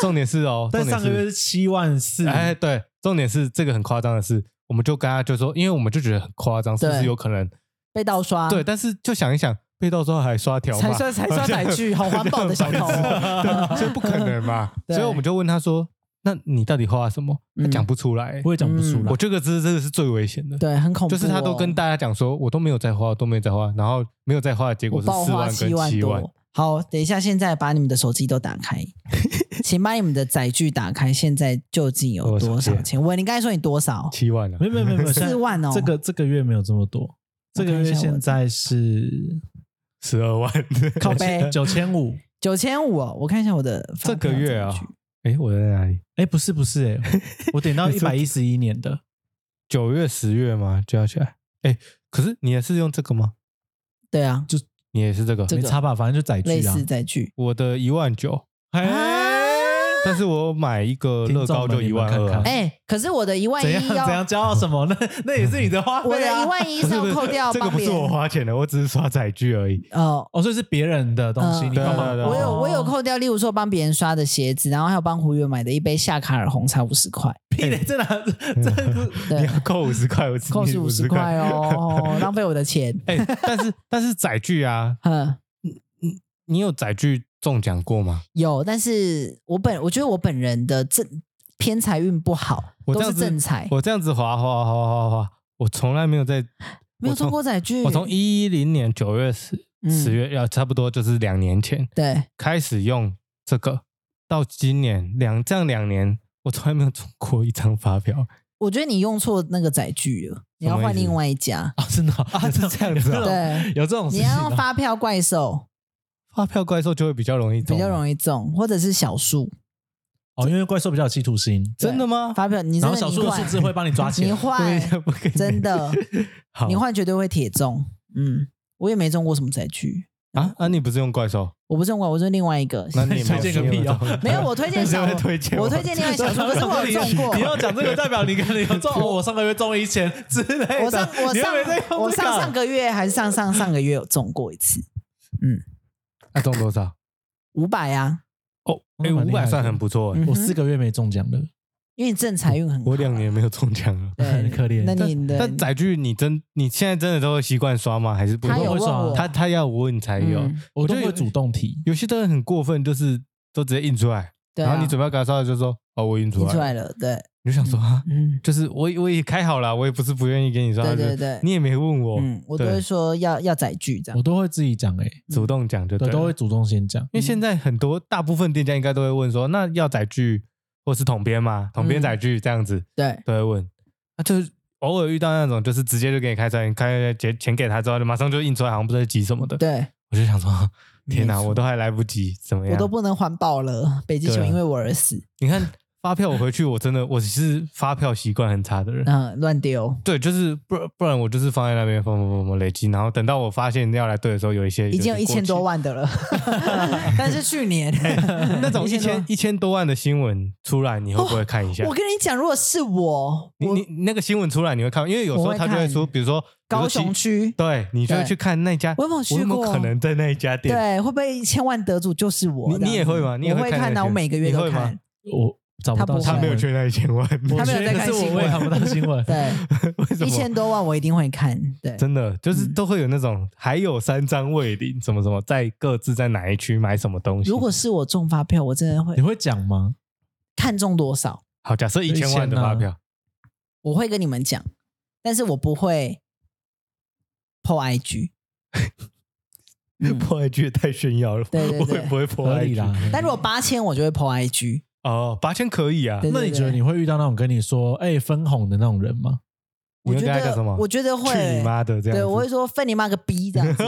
重点是哦，
但
重点
上个月是七万四，
哎，对，重点是这个很夸张的是，我们就跟他就说，因为我们就觉得很夸张，是不是
对
有可能？
被盗刷，
对，，但是就想一想，被盗之后还刷条码，
才刷才刷载 具，好环保的小偷、 哦
对 所以不可能嘛。
对
所以我们就问他说：“那你到底花了什么？”他
嗯
讲不出来、
我也讲不出
嗯
来
我。这个这这个是最危险的，
对，很恐怖、哦
就是他都跟
大，
大家讲说，我都没有在花，都没有在花，然后没有在花的结
我
果是
爆
四
花
万跟
七万
七万。
多。好，等一下，现在把你们的手机都打 开，请把你们的载具打开，现在究竟有多少钱？我，你刚才说你多少？
七万了、啊
没有没有没有没有，现在
四万哦，
这个这个月没有这么多，这个
我看
月
一下我
现在是
十二万，
靠背
九 千五。
九千五哦，我看一下我的发
这个
票
月
载
啊
具，
哎，我在哪里？
哎，不是不是，哎，我点到一百一十一年的，
啊
九月、十月嘛就要起来。哎，可是你也是用这个吗？
对啊，
你也是这个？
这
没
个
差吧，反正就载
类
具啊
似。哎载具
我的一万九，
嘿
哎但是我买一个乐高就
听众们
一
你们
万
看
二
看
啊。
哎、可是我的一万
怎样
一
怎
要
样骄傲什么？那 那也是你 的花
哎我的
费啊
一。万一是
不是
要
不是
扣掉
这个
帮
不
别
是我
人
花钱的，我只是刷载具而已。
哦。
哦，所以是别人的东西，
嗯
你帮忙。
对啊对啊对啊
我有我有扣掉，例如说帮别人刷的鞋子，然后还有帮胡月买的一杯夏卡尔红茶五十块，
屁嘞，这哪这这
对
你要扣五十块，我只
扣是五十
50
块。哦，浪费我的钱。
哎，但是但是载具啊，
嗯，
你有载具中奖过吗？
有，但是我本我觉得我本人的正偏财运不好，
我
都
这样
是
子
正财，
我这样子滑滑滑滑滑，我从来没有在
没有中过载具。
我从一零年九月十
嗯
十月，要差不多就是两年前
对
开始用这个，到今年两这样两年，我从来没有中过一张发票。
我觉得你用错那个载具了，你要
什么
换
意思
另外一家。
啊，真 的啊
哦
是这样子啊
对，
有这种事
你
情
要
啊
用发票怪兽
发票怪兽就会比较容易中，啊
比较容
易。
易中，或者是小数
哦，因为怪兽比较有企图心，
真的吗？
发票，你
然
真
后
的
小
你
数的数
换
字会帮你抓起
你
来。
换
不可以
真的，
好
你换绝对会铁中。嗯，我也没中过什么载具，
啊啊！你不是用怪兽？
我不是用过，我是另外一个。
那你也没有
推荐个屁哦
你有 中
没有，我推荐
你
小
会，推荐
我推荐 另外小数，
对
可是 我有中过
你。要讲这个，代表你可能有中，哦我上个月中了一千之类的。
我上我
你又没在用这
上
个啊
我上上个月还是上上上个月有中过一次
那中多少？
五百啊，
哦，
那
哎，
蛮
五
厉害
百
的
算很不错哎
嗯，
我四个月没中奖的，
因为你正财运很好。
我两年没有中奖了。
对
很可怜
那
但
你的
但载具，你真你现在真的都会习惯刷吗？还是不
他
会
有
会
问
刷
我，
他他要问才有。
嗯
我
觉
都
得
会主动 提。
有些真的很过分，就是都直接印出来，
对啊
然后你准备要给他刷的就说哦我印出
提
来，
出来了，对，
你就想说啊，
嗯
就是我我也开好了，我也不是不愿意给你刷，
对对
就是
对
你也没问我，
嗯，我都
对
会说要要载具这样
我。都会自己讲哎、欸，
主动讲就
对，
了
都会，主动先讲。
因为现在很多大部分店家应该都会问说，那要载具或是统编吗？统编载具这样子
对，
都会问，啊就是。偶尔遇到那种，就是直接就给你开出来，你开钱钱给他之后，就马上就印出来，好像不知道急什么的。
对
我就想说，天哪，
没错
我都还来不及，怎么样？
我都不能环保了，北极
啊对
熊
啊
因为我而死，
你看发票，我回去我真的我是发票习惯很差的人。
嗯，乱丢，
对，就是不不然我就是放在那边放放放放累积，然后等到我发现要来对的时候，有一些
已经有一千多，万的 了，但是去年
那种一千
多哦
一千多万的新闻出来，你会不会看一下？
我跟你讲，如果是我，
你
我
你你那个新闻出来你会看，因为有时候他就会
我会
说，
看
比如说
高雄，
比
区
如说其对你就会
对
去看那家，
我有没有去
没有
过
可能在那一家店？
对，会不会千万得主就是我？
你你也
这样
会
子
吗你也
我
会
会
看那
看到，
些
我每个月都
你会吗
看。
我找不
他
到
不
新
他
闻，
没有
去，
缺那一千万，
他没有在看
可是
新
我
闻。
也看不到新闻
对，
为什
一
么？
千多万我一定会看。对，
真的就是
嗯
都会有那种，还有三张未领，什么什么，在各自在哪一区买什么东西。
如果是我中发票，我真的会
你会讲吗？
看中多少，
好，假设一千万的
1000啊
发票，
我会跟你们讲，但是我不会破 IG。嗯
破 IG 也太炫耀了，
对对对
我也不会破
合理
IG
啦。
但如果八千，我就会破 IG。
哦，八千可以啊
对，
那你觉得你会遇到那种跟你说“哎、分红”的那种人吗？
我
你会
觉
跟他讲什么
得，我觉得会
去你妈的这样子，
对，我会说分你妈个逼这样 子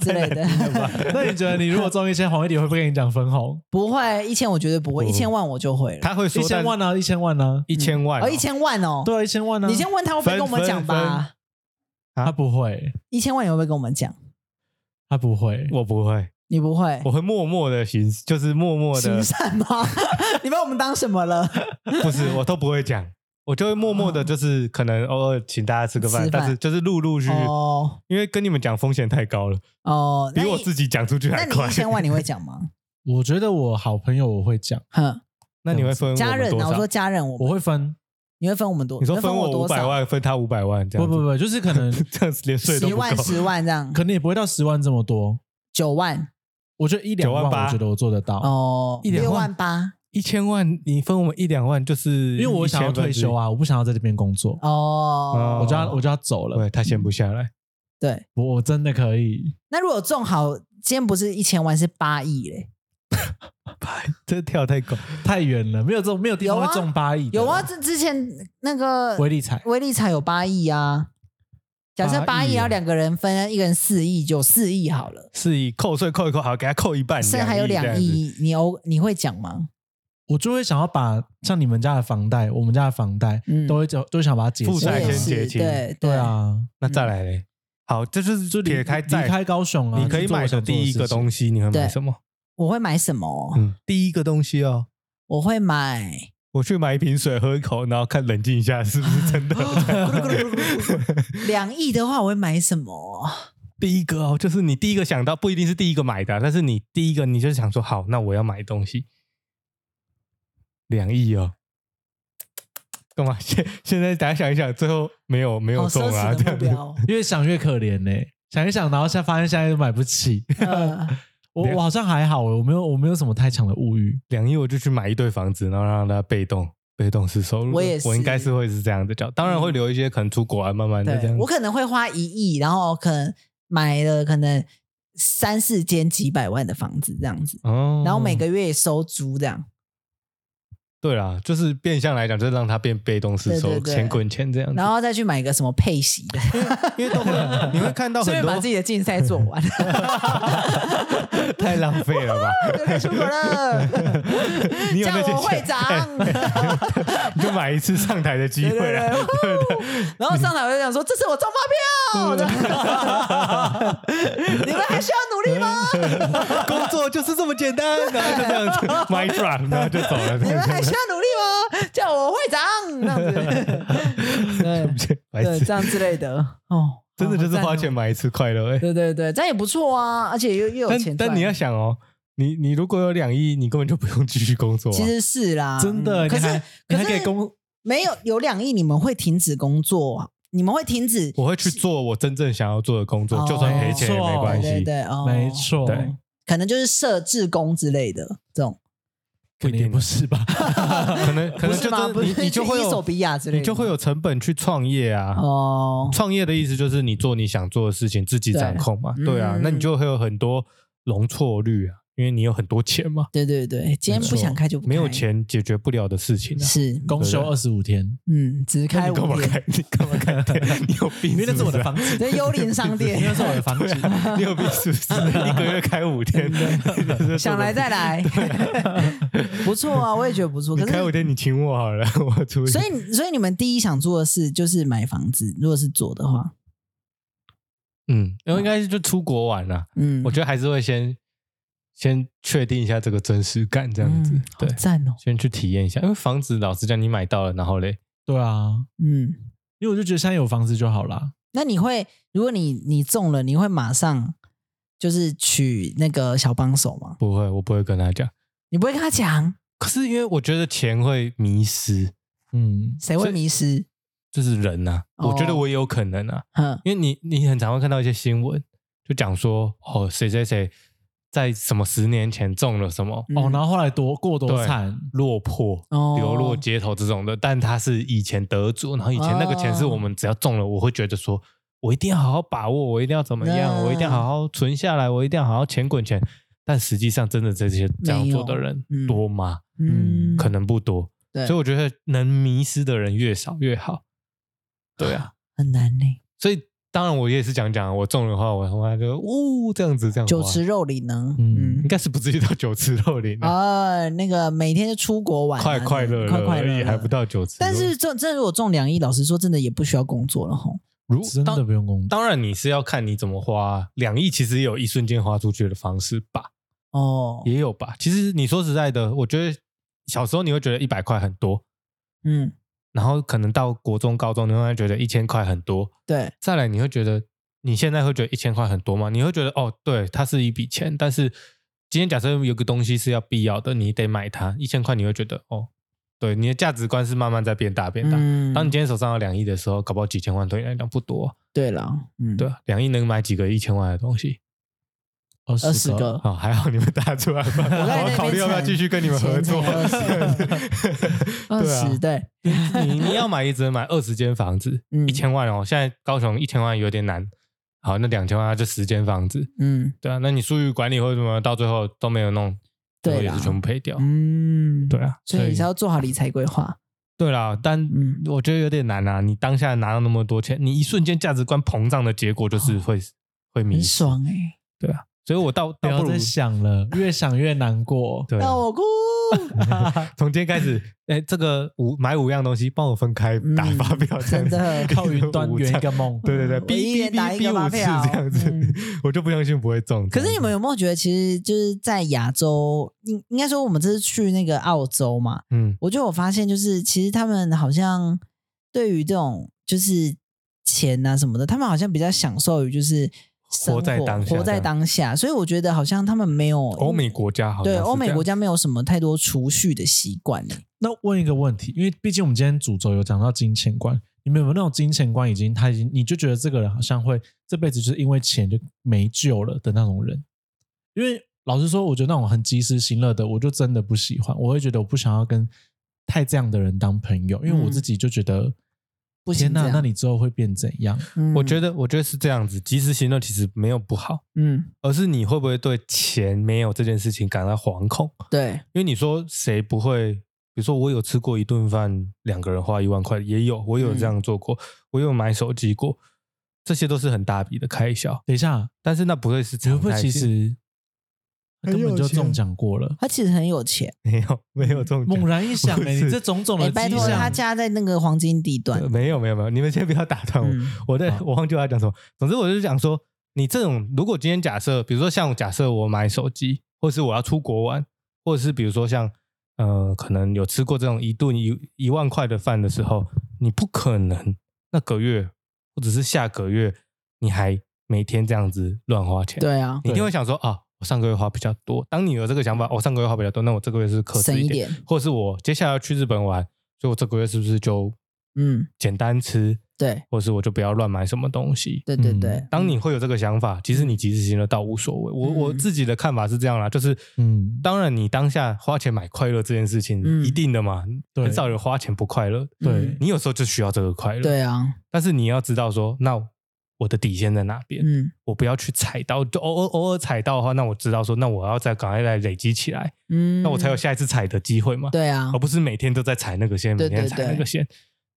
之类的。
那你觉得你如果中一千，黄一迪会不会跟你讲分红？
不会，一千我绝对不会，
不
一千万我就会了。
他会
一
说
千万啊
呢，
呢？一千万呢？
一千万哦，
哦，一千万哦，
对啊，一千万呢？
你先问他会不会
分
跟我们讲
分
吧？
他不会，
一千万你会不会跟我们讲？
他不会。
我不会，
你不会，
我会默默的行，就是默默
行
的，
善吗？ 你把我们当什么了？
不是，我都不会讲，我就会默默的，就是可能偶尔请大家吃个饭
哦吃，饭
但是就是陆陆续续，
哦
因为跟你们讲风险太高了，
哦，
比我自
己。
己讲出去
那
还
你
快
一。千万你会讲 吗？
我觉得我好朋友我会讲，
哼，
那你会分
家
我们
人
多
啊，
少
我说家人，我
我
们
会分，
你会分我们多？
你说
会
分
分
我五
多
百
少？
万，分他五百万，这
不
样
不
子，
不，就是可能
这样子连税都
十
不
万、
够。
十万这 样，
可能也不会到十万这么多。
九万
我觉得一两万，
9万八
我觉得我做得到，
哦，
一两
六
万
万八
一千万，你分我们一两万，就是
因
因
为我想要退休。啊，我不想要在这边工作，
哦。
我就要我就要走了。
对，他闲不下来，
嗯
对，
我我真的可以，
那如果中好，今天不是一千万，是八亿嘞。
这跳太高。
太远了，没有这种没有地方
有啊
会中八亿的。
有啊，这之前那个
威力彩
威力才有八亿啊。假设
八
八亿，
亿啊
然后两个人分，一个人四亿，就四亿好了，
是以扣税扣一扣，好，给他扣一半，
剩还有
两
两
亿这样子。
亿，你欧你会讲吗？
我就会想要把像你们家的房贷，我们家的房贷，
嗯
都会就都会想把它解
负
清
债
啊
先解清
对
对，啊，
那再来嘞，好，这就是
就离
撇开
离开
债，
高雄啊，
你可以
去做
买
我
的
想做
第一
事
个
情
东西，你会买
对
什么？
我会买什么哦？
嗯，第一个东西哦，
我会买
我去买一瓶水喝一口，然后看冷静一下是不是真 的。
两亿的话，我会买什么？
第一个哦，就是你第一个想到不一定是第一个买的啊，但是你第一个你就想说好，那我要买东西，两亿哦，干嘛？ 现现在大家想一想，最后没有没有
好
中
奢
啊，
侈
这
的目
样子。
标。哦嗯
越想越可怜呢、欸想一想，然后现在发现现在都买不起。
呃
我
对啊
我好像还好、欸，我没有我没有什么太强的物欲。
两亿我就去买一堆房子，然后让它被动被动式收入。
我也是
我应该是会是这样子叫，当然会留一些可能出国啊，慢慢的这
对
样，
我。可能会花一亿，然后可能买了可能三四间几百万的房子这样子，
哦
然后每个月也收租这样，
对啦，就是变相来讲，就是让它变被动式收
对
入，
对对
钱滚钱这样子。
然后再去买一个什么配息的，
因为都会你会看 到
顺
很
便把
多
自己的竞赛做 完，
太浪费了吧？
就可以出国了。
你有
叫
那些
我会
钱
长
你就买一次上台的机
对
会
对
啊！
对，然后上台我就想说，这是我中发票，
嗯
这样 你们还需要努力 吗？
工作就是这么简单，啊然后就 这样子买 drop，然后就走了。
你们还需要努力吗？叫我会长，这 样子，对
白
对，
痴
这，样之类的，哦，
真的就是
好
花，
好赞
钱
哦
买一次快乐哎。
对对对，这样也不错啊，而且又又有钱
但
赚，
但你要想哦，你你如果有两亿，你根本就不用继续工作啊。
其实是啦，
真的，
嗯可
你还
是可
你还可以
是
工，
没有有两亿，你们会停止工作啊，你们会停止，
我会去做我真正想要做的工作
哦，
就算赔钱也没关
对对
系。
对，哦，
没，错，
对
可能就是设置工之类的这种，
肯定啊不是吧？
可能
不
可能
是
就
吗？
真
不
你
是
你就会
去伊
有
索比亚之类的，
你就会有成本去创业啊。
哦，
创业的意思就是你做你想做的事情，自己掌控嘛。
对
对啊
嗯，
那你就会有很多容错率啊，因为你有很多钱嘛。
对对对，今天不
没错
想开就不开
没有钱解决不了的事情啊。
是，
公休二十五天，
嗯，只
那
开
你干
五
嘛
天，
开？你 干嘛开店？你有病？
因为那是我的
不啊
房子，
这幽灵商店
因为那是我的房子。
啊
你有病是 不是？一个月开五天，
想来再来，不错啊，我也觉得不错。
你
可
开五
是，
天，你请我好了， 我出去
所。以所以你们第一想做的事就是买房子，如果是做的话，
嗯，然后应该是就出国玩了。
嗯，
我觉得还是会先先确定一下这个真实感，这
这
样子。对
好，赞哦，
先去体验一下，因为房子老实讲，你买到了，然后嘞，
对啊，
嗯，
因为我就觉得现在有房子就好啦。
那你会，如果你你中了，你会马上就是娶那个小帮手吗？
不会，我不会跟他讲。
你不会跟他讲，
可是因为我觉得钱会迷失，
嗯，
谁会迷失？
就是人呐、
哦
我觉得我也有可能啊，
嗯，
因为你你很常会看到一些新闻，就讲说哦谁谁谁在什么十年前中了什么
哦，
嗯
然后后来多过多
对
惨，
落魄。
哦
流落街头这种的，但他是以前得主，然后以前那个钱
哦
是我们只要中了，我会觉得说，我一定要好好把握，我一定要怎么样，
嗯
我一定要好好存下来，我一定要好好钱滚钱。但实际上，真的这些这样做的人
没有嗯
多吗？
嗯，
可能不多，
对，
所以我觉得能迷失的人越少越好。对啊，
很难呢。
所以当然我也是讲讲，我中了的话，我他妈就呜这样子这样花
酒池肉林呢？
嗯
嗯
应，该是不至于到九池肉林啊，
啊，那个每天就出国玩啊，
快快乐乐
快快
而
乐
已，
乐
还不。到九池肉
但
林。
是中真如果中两亿，老实说，真的也不需要工作了吼。
如
真
当
的不用工作。
当然你是要看你怎么花，两亿其实也有一瞬间花出去的方式吧，
哦，
也有吧。其实你说实在的，我觉得小时候你会觉得一百块很多，
嗯，
然后可能到国中、高中，你会觉得一千块很多，
对，
再来你会觉得你现在会觉得一千块很多吗？你会觉得哦，对，它是一笔钱，但是今天假设有个东西是要必要的，你得买它，一千块你会觉得哦，对，你的价值观是慢慢在变大变大。
嗯，
当你今天手上有两亿的时候，搞不好几千万对你来讲不多啊、
对了，嗯，
对，啊，两亿能买几个一千万的东西？
二
二十个，
哦，还好你们打出来吧，
在那
我
边
考虑要不要继续跟你们合作。
前程二
对啊
十对，
你你要买也只能买二十间房子，
嗯
一千万哦。现在高雄一千万有点难，好，那两千万就十间房子，
嗯
对啊。那你疏于管理或者什么，到最后都没有弄，
对
最
啦
后也是全部赔掉。
嗯，
对，啊，
所以也是要做好理财规划。
对啦，但
嗯
我觉得有点难啊。你当下拿到那么多钱，你一瞬间价值观膨胀的结果就是会会
哦
迷
很
失。
爽哎、欸。
对啊，所以我倒
不
倒
要
不如
再想了，越想越难 过。
对啊，
让我哭。
从今天开始，哎，这个五买五样东西，帮我分开
嗯
打发票，这
真
样子
的
，
靠云端圆一个梦
对对对，
我一
哔哔
人打
哔
一个
哔
发
五次
票
这样子
嗯，
我就不相信不会中。
可是你们有没有觉得，其实就是在亚洲，应应该说我们这次去那个澳洲嘛，
这样子，
我觉得我发现就是，其实他们好像对于这种就是钱啊什么的，他们好像比较享受于就是生活。
活在当下
活在当下，所以我觉得好像他们没有
嗯，欧美国家好像
对
是这样
欧美国家没有什么太多储蓄的习惯欸耶。
那问一个问题，因为毕竟我们今天主轴有讲到金钱观，你们有没有那种金钱观已经他已经你就觉得这个人好像会这辈子就是因为钱就没救了的那种人？因为老实说，我觉得那种很及时行乐的，我就真的不喜欢，我会觉得我不想要跟太这样的人当朋友，因为我自己就觉得、
嗯不行
天
这
哪，
样
那你之后会变怎样？
嗯
我觉得我觉得是这样子，及时行乐其实没有不好，
嗯，
而是你会不会对钱没有这件事情感到惶恐？
对，
因为你说谁不会？比如说我有吃过一顿饭，两个人花一万块，也有我有这
嗯
样做过，我有买手机过，这些都是很大笔的开销，
等一下，
但是那不会是
你会
常
不会
态
其
性
实
很有
根本就
钱
中奖过了？
他其实很有钱。
没有没有中奖
猛然一想、
不
哎，
是
你这种种
哎、
的
拜
迹
托，他
象，嗯
家在那个黄金地段
呃。 没有没有没有，你们先不要打断我，
嗯
我在
好
我忘记我要讲什么。总之我就是讲说，你这种如果今天假设，比如说像假设我买手机，或是我要出国玩，或者是比如说像呃，可能有吃过这种一顿一一万块的饭的时候，你不可能那个月或者是下个月你还每天这样子乱花钱，
对啊，
你一定
对
会想说啊。我上个月花比较多，当你有这个想法，我、上个月花比较多，那我这个月是克制
省
一
一
点，
点。
或是我接下来要去日本玩，所以我这个月是不是就
嗯，
简单吃，
对，
或是我就不要乱买什么东西。
对对
嗯
对。
当你会有这个想法，其实你及时行乐倒无所谓。我
嗯
我自己的看法是这样啦，就是，
嗯
当然你当下花钱买快乐这件事情，
嗯
一定的嘛，
对
很少有花钱不快乐。
对
你有时候就需要这个快乐，
对。啊，
但是你要知道说，那我的底线在哪边？
嗯
我不要去踩到，就偶尔偶尔踩到的话，那我知道说，那我要再赶快来累积起来，
嗯，
那我才有哦下一次踩的机会嘛。
对啊
而，不是每天都在踩那个线，
对
每
对
天踩那个线。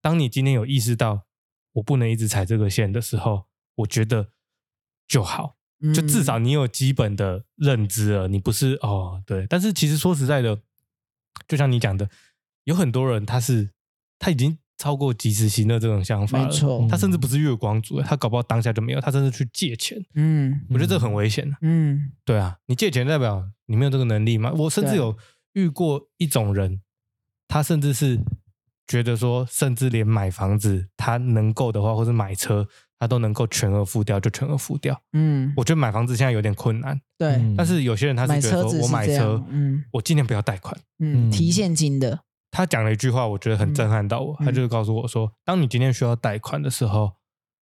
当你今天有意识到我不能一直踩这个线的时候，我觉得就好，就至少
嗯
你有基本的认知了，你不是哦对。但是其实说实在的，就像你讲的，有很多人他是他已经超过及时行乐这种想法
没
了，
错，
他甚至不是月光族，他搞不好当下就没有，他甚至去借钱，
嗯
我觉得这很危险、啊
嗯
对啊，你借钱代表你没有这个能力吗？我甚至
对
有遇过一种人，他甚至是觉得说，甚至连买房子，他能够的话，或者买车，他都能够全额付掉，就全额付掉。
嗯，
我觉得买房子现在有点困难，
嗯
对，
但是有些人嗯他
嗯买
是觉得
车子
说我
是
买
这样
车，
嗯
我尽量不要贷款。
嗯，
嗯
提现金的，
他讲了一句话，我觉得很震撼到我。
嗯
他就是告诉我说，当你今天需要贷款的时候，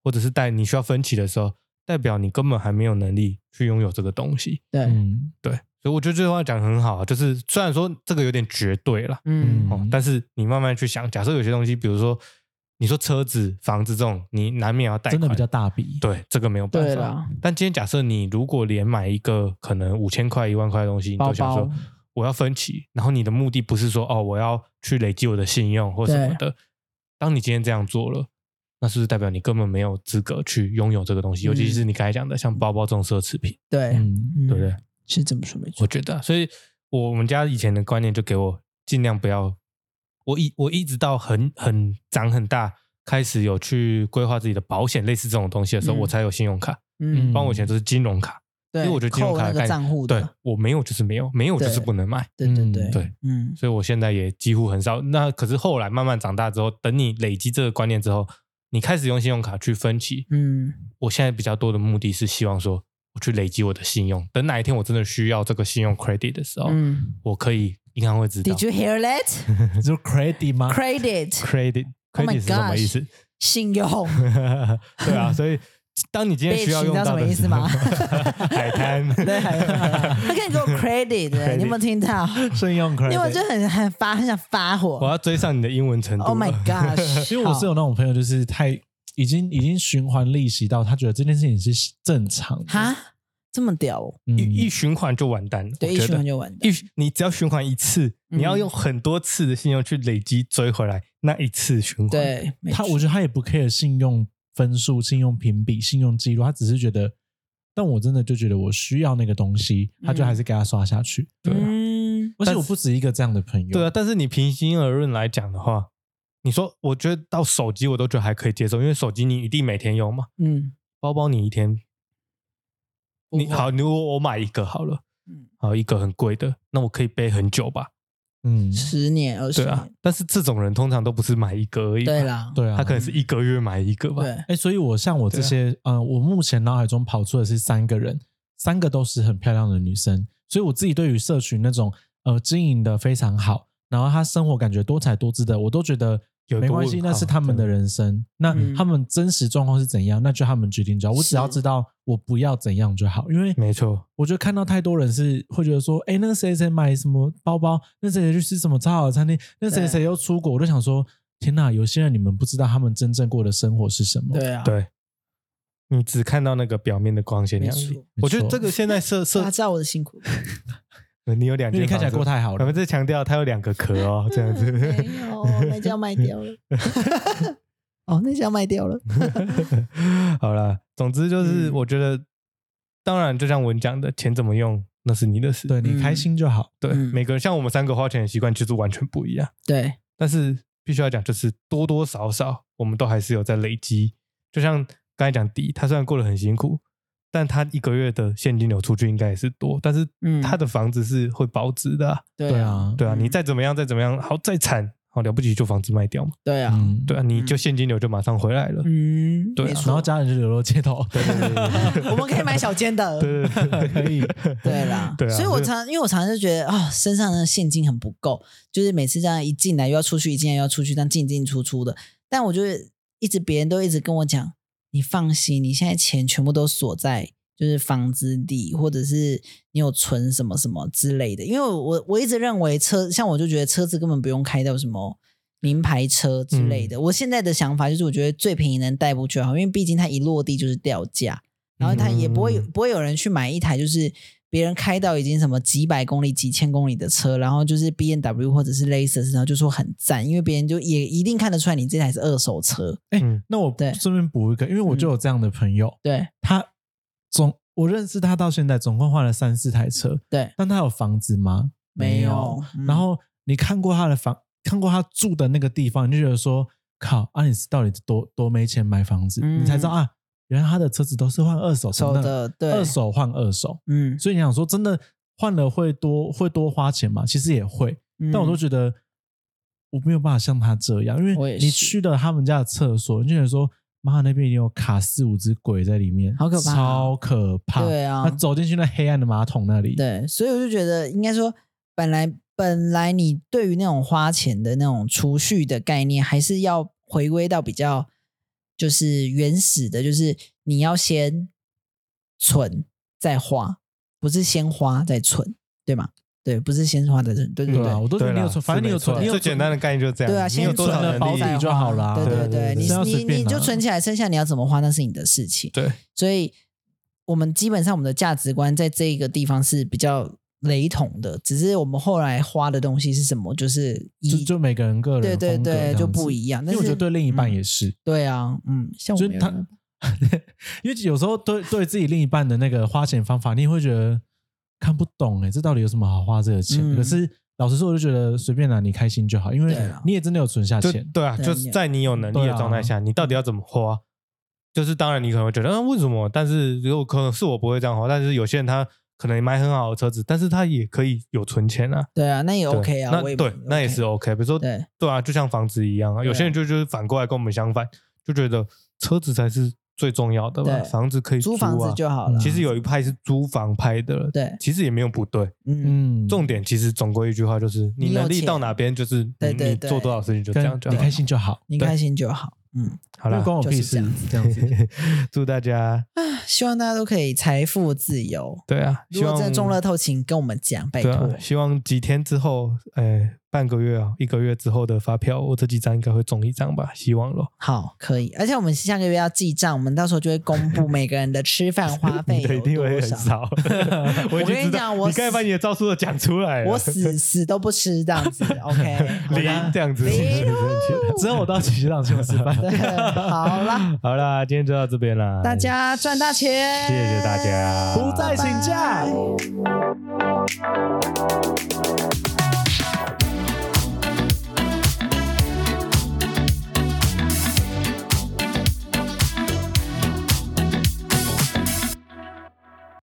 或者是贷你需要分期的时候，代表你根本还没有能力去拥有这个东西。
对，
嗯
对，所以我觉得这句话讲得很好啊，就是虽然说这个有点绝对了，
嗯
嗯
哦，但是你慢慢去想，假设有些东西，比如说你说车子、房子这种，你难免要贷
真
款，
的比较大笔，
对，这个没有
对
办法。
了，
但今天假设你如果连买一个可能五千块、一万块的东西，你
包
都想
包
说，我要分期，然后你的目的不是说哦我要去累积我的信用或什么的，当你今天这样做了。那是不是代表你根本没有资格去拥有这个东西？尤
嗯
其是你刚才讲的，像包包这种奢侈品，
对，
嗯，
嗯
对不对？？
是这么说没错
我，觉得啊，所以我我们家以前的观念就给我尽量不要，我一我一直到很很长很大，开始有去规划自己的保险类似这种东西的时候，
嗯
我才有信用卡。
嗯
嗯，
包括我以前都是金融卡，
对，
因为我觉得金融
扣
卡
那
的
个
概
账户
念，对
的，
我没有就是没有，没有就是
对
不能卖。
对对
嗯
对
对，
嗯
所以我现在也几乎很少。那可是后来慢慢长大之后，等你累积这个观念之后，你开始用信用卡去分期。
嗯
我现在比较多的目的是希望说，我去累积我的信用。等哪一天我真的需要这个信用 credit 的时候，
嗯
我可以银行会知道。
，Did you hear that
就是 credit 吗？
credit
credit
Oh my
credit 是什么意思？
信用？
对 啊，所以当你今天需要
Bitch，
用到的
你知道什么意思
海滩，
对，他可以给我 credit，欸
Credit
你有没有听 到？
信用
因为我
credit
就。很很发很想发
我
火。
要追上你的英文程度了。
Oh my gosh！
因为我是有那种朋友，就是太已经已经循环利息到他觉得这件事情是正常的，
哈这么屌哦，
嗯
一一循环就完蛋了。
对，
我
一
觉
循
得
环就完蛋。
一循你只要循环一次，
嗯
你要用很多次的信用去累积追回来那一次循环。，
对，没
他
错
我觉得他也不 care 信用分数、信用评比、信用记录，他只是觉得但我真的就觉得我需要那个东西，他就还是给他刷下去。
嗯对啊
嗯，
而且我不止一个这样的朋友，
对啊，但是你平心而论来讲的话，你说我觉得到手机我都觉得还可以接受，因为手机你一定每天用嘛，
嗯，
包包你一天，你
不会
好，你我我买一个好了，
嗯
好一个很贵的，那我可以背很久吧？
嗯，
十年二十
对啊
年，，
但是这种人通常都不是买一个而已，
对，啦，嗯
对啊，
他可能是一个月买一个吧，
对，啊
哎、所以我像我这些，呃，我目前脑海中跑出的是三个人，三个都是很漂亮的女生，所以我自己对于社群那种呃经营的非常好，然后她生活感觉多彩多姿的，我都觉得
有一个
没关系，
问号
那是他们的人生，那
嗯
他们真实状况是怎样，那就他们决定就好，我只要
是
知道我不要怎样就好，因为
没错，
我觉得看到太多人是会觉得说，哎，那个谁谁买什么包包，那谁谁去吃什么超好的餐厅，那谁谁又出国，我就想说，天哪，有些人你们不知道他们真正过的生活是什么。
对啊，
对。你只看到那个表面的光鲜亮
没
丽
错，
没
我觉得
错
这个现在社社
他，知道我的辛 苦，
你有两
因为你
件
看起来
房子
过太好
我
了
们。在强调它有两个壳哦， 这样子。
没有，哦那家卖掉了，哦，那家卖掉了，
好了，总之就是
嗯
我觉得，当然就像文讲的，钱怎么用那是你的事。
对你
嗯
开心就好。
对，
嗯
每个人像我们三个花钱的习惯其实完全不一样，
对，啊
但是必须要讲，就是多多少少我们都还是有在累积。就像刚才讲迪，他虽然过得很辛苦，但他一个月的现金流出去应该也是多，但是
嗯
他的房子是会保值的啊、
对
对
啊，
啊，
对啊，
嗯
你再怎么样，再怎么样，好再惨，好了不起就房子卖掉嘛。
对啊，
嗯，
对啊，你就现金流就马上回来了。
嗯，
对啊
没错
然后家人就流落街头。对对
我们可以买小间 的，
对对对，
可以。
对啦，
对啊
所以我
这
常因为我常常就觉得啊、身上的现金很不够，就是每次这样一进来又要出去，一进来又要出去，这样进进出出的。但我就是一直别人都一直跟我讲，你放心，你现在钱全部都锁在就是房子里，或者是你有存什么什么之类的。因为我我一直认为车，像我就觉得车子根本不用开到什么。名牌车之类的，我现在的想法就是，我觉得最便宜能代步就好，因为毕竟它一落地就是掉价。然后他也不会有
嗯
不会有人去买一台就是别人开到已经什么几百公里、几千公里的车，然后就是 B N W 或者是 Lexus，然后就说很赞，因为别人就也一定看得出来你这台是二手车。
嗯
那我
对
顺便补一个，因为我就有这样的朋友，
对
他总我认识他到现在总共换了三四台车，
对，
但他有房子吗？
没
有
有。嗯
然后你看过他的房，看过他住的那个地方，你就觉得说，靠，啊，你是到底多多没钱买房子？
嗯
你才知道啊，原来他的车子都是换二手
手的，对
二，手换二手。
嗯，
所以你想说，真的换了会多会多花钱吗？其实也会，
嗯
但我都觉得我没有办法像他这样，因
我
为
也是
你去了他们家的厕所，你就觉得说，妈，那边一定有卡四五只鬼在里面，
好可怕啊
超可怕。
对啊
他走进去那黑暗的马桶那里，
对，所以我就觉得应该说，本来本来你对于那种花钱的那种储蓄的概念，还是要回归到比较就是原始的，就是你要先存再花，不是先花再存，对吗？对，不是先花再存，对对
对
对
啊，。我都觉
对
得你
啦
有存，反正你有
是
存，
没
你
错
有
最简单的概念就是这样。
对啊，
你有
先
多
存
少
了
能
保
力
底
再
就
花
好啦
对
对
对
对
对，
对
你
要随
你
便
你就
拿
存起来，剩下你要怎么花那是你的事情。
对，
所以我们基本上我们的价值观在这一个地方是比较雷同的，只是我们后来花的东西是什么，就是
就
一
就每个人个人
对对
风格这
对
样
就
子
不一样
因
但
为我觉得
是
对另一半
嗯
也是，
对啊，嗯，像我
就
没
是
有
他
办法，
因为有时候对对自己另一半的那个花钱方法，你也会觉得看不懂哎、这到底有什么好花这个钱？
嗯
可是老实说，我就觉得随便拿你开心就好，因为
对啊
你也真的有存下
就
钱。
对啊，
对
就
你
是
有
在你有能力
对
的
啊
状态下，你到底要怎么花？就是当然你可能会觉得，啊，为什么？但是如果可能是我不会这样花，但是有些人他可能买很好的车子，但是他也可以有存钱啊。
对啊，那也
对
OK 啊，我
那
也
对，那也是哦 OK。比如说，
对
对啊，就像房子一样啊，有些人就就是反过来跟我们相反，就觉得车子才是最重要的吧，
对
房子可以
租
啊
房子就好了。
其实有一派是租房派的了，
对，
其实也没有不对。
嗯，
嗯，
重点其实总归一句话就是，
你
你
有
能力
钱
到哪边，就是你
对对
你
对
做多少事情就这样
跟
就
你
好
开。心就好，
你开心就好。嗯，
好
因
了
为，关我屁事
就是，
这样子。
祝 大家
希望大家都可以财富自由。
对啊，
如
希
果
望
真的中乐透，请跟我们讲，拜
对啊
托。
啊，希望几天之后，哎，半个月啊，一个月之后的发票，我这几张应该会中一张吧，希望咯。
好，可以。而且我们下个月要记账，我们到时候就会公布每个人的吃饭花费
你的一
有
定会
多
很
少。
少。
我
我已
跟你
经知道
讲我
你刚才把你的招数都讲出来了，
我 死死都不吃这 样子，OK？好
零
吧
这样子，
零
之后我到集上去吃 饭。
对，好啦，
好啦，今天就到这边啦，
大家赚大钱，
谢谢大家，
不再请假
拜拜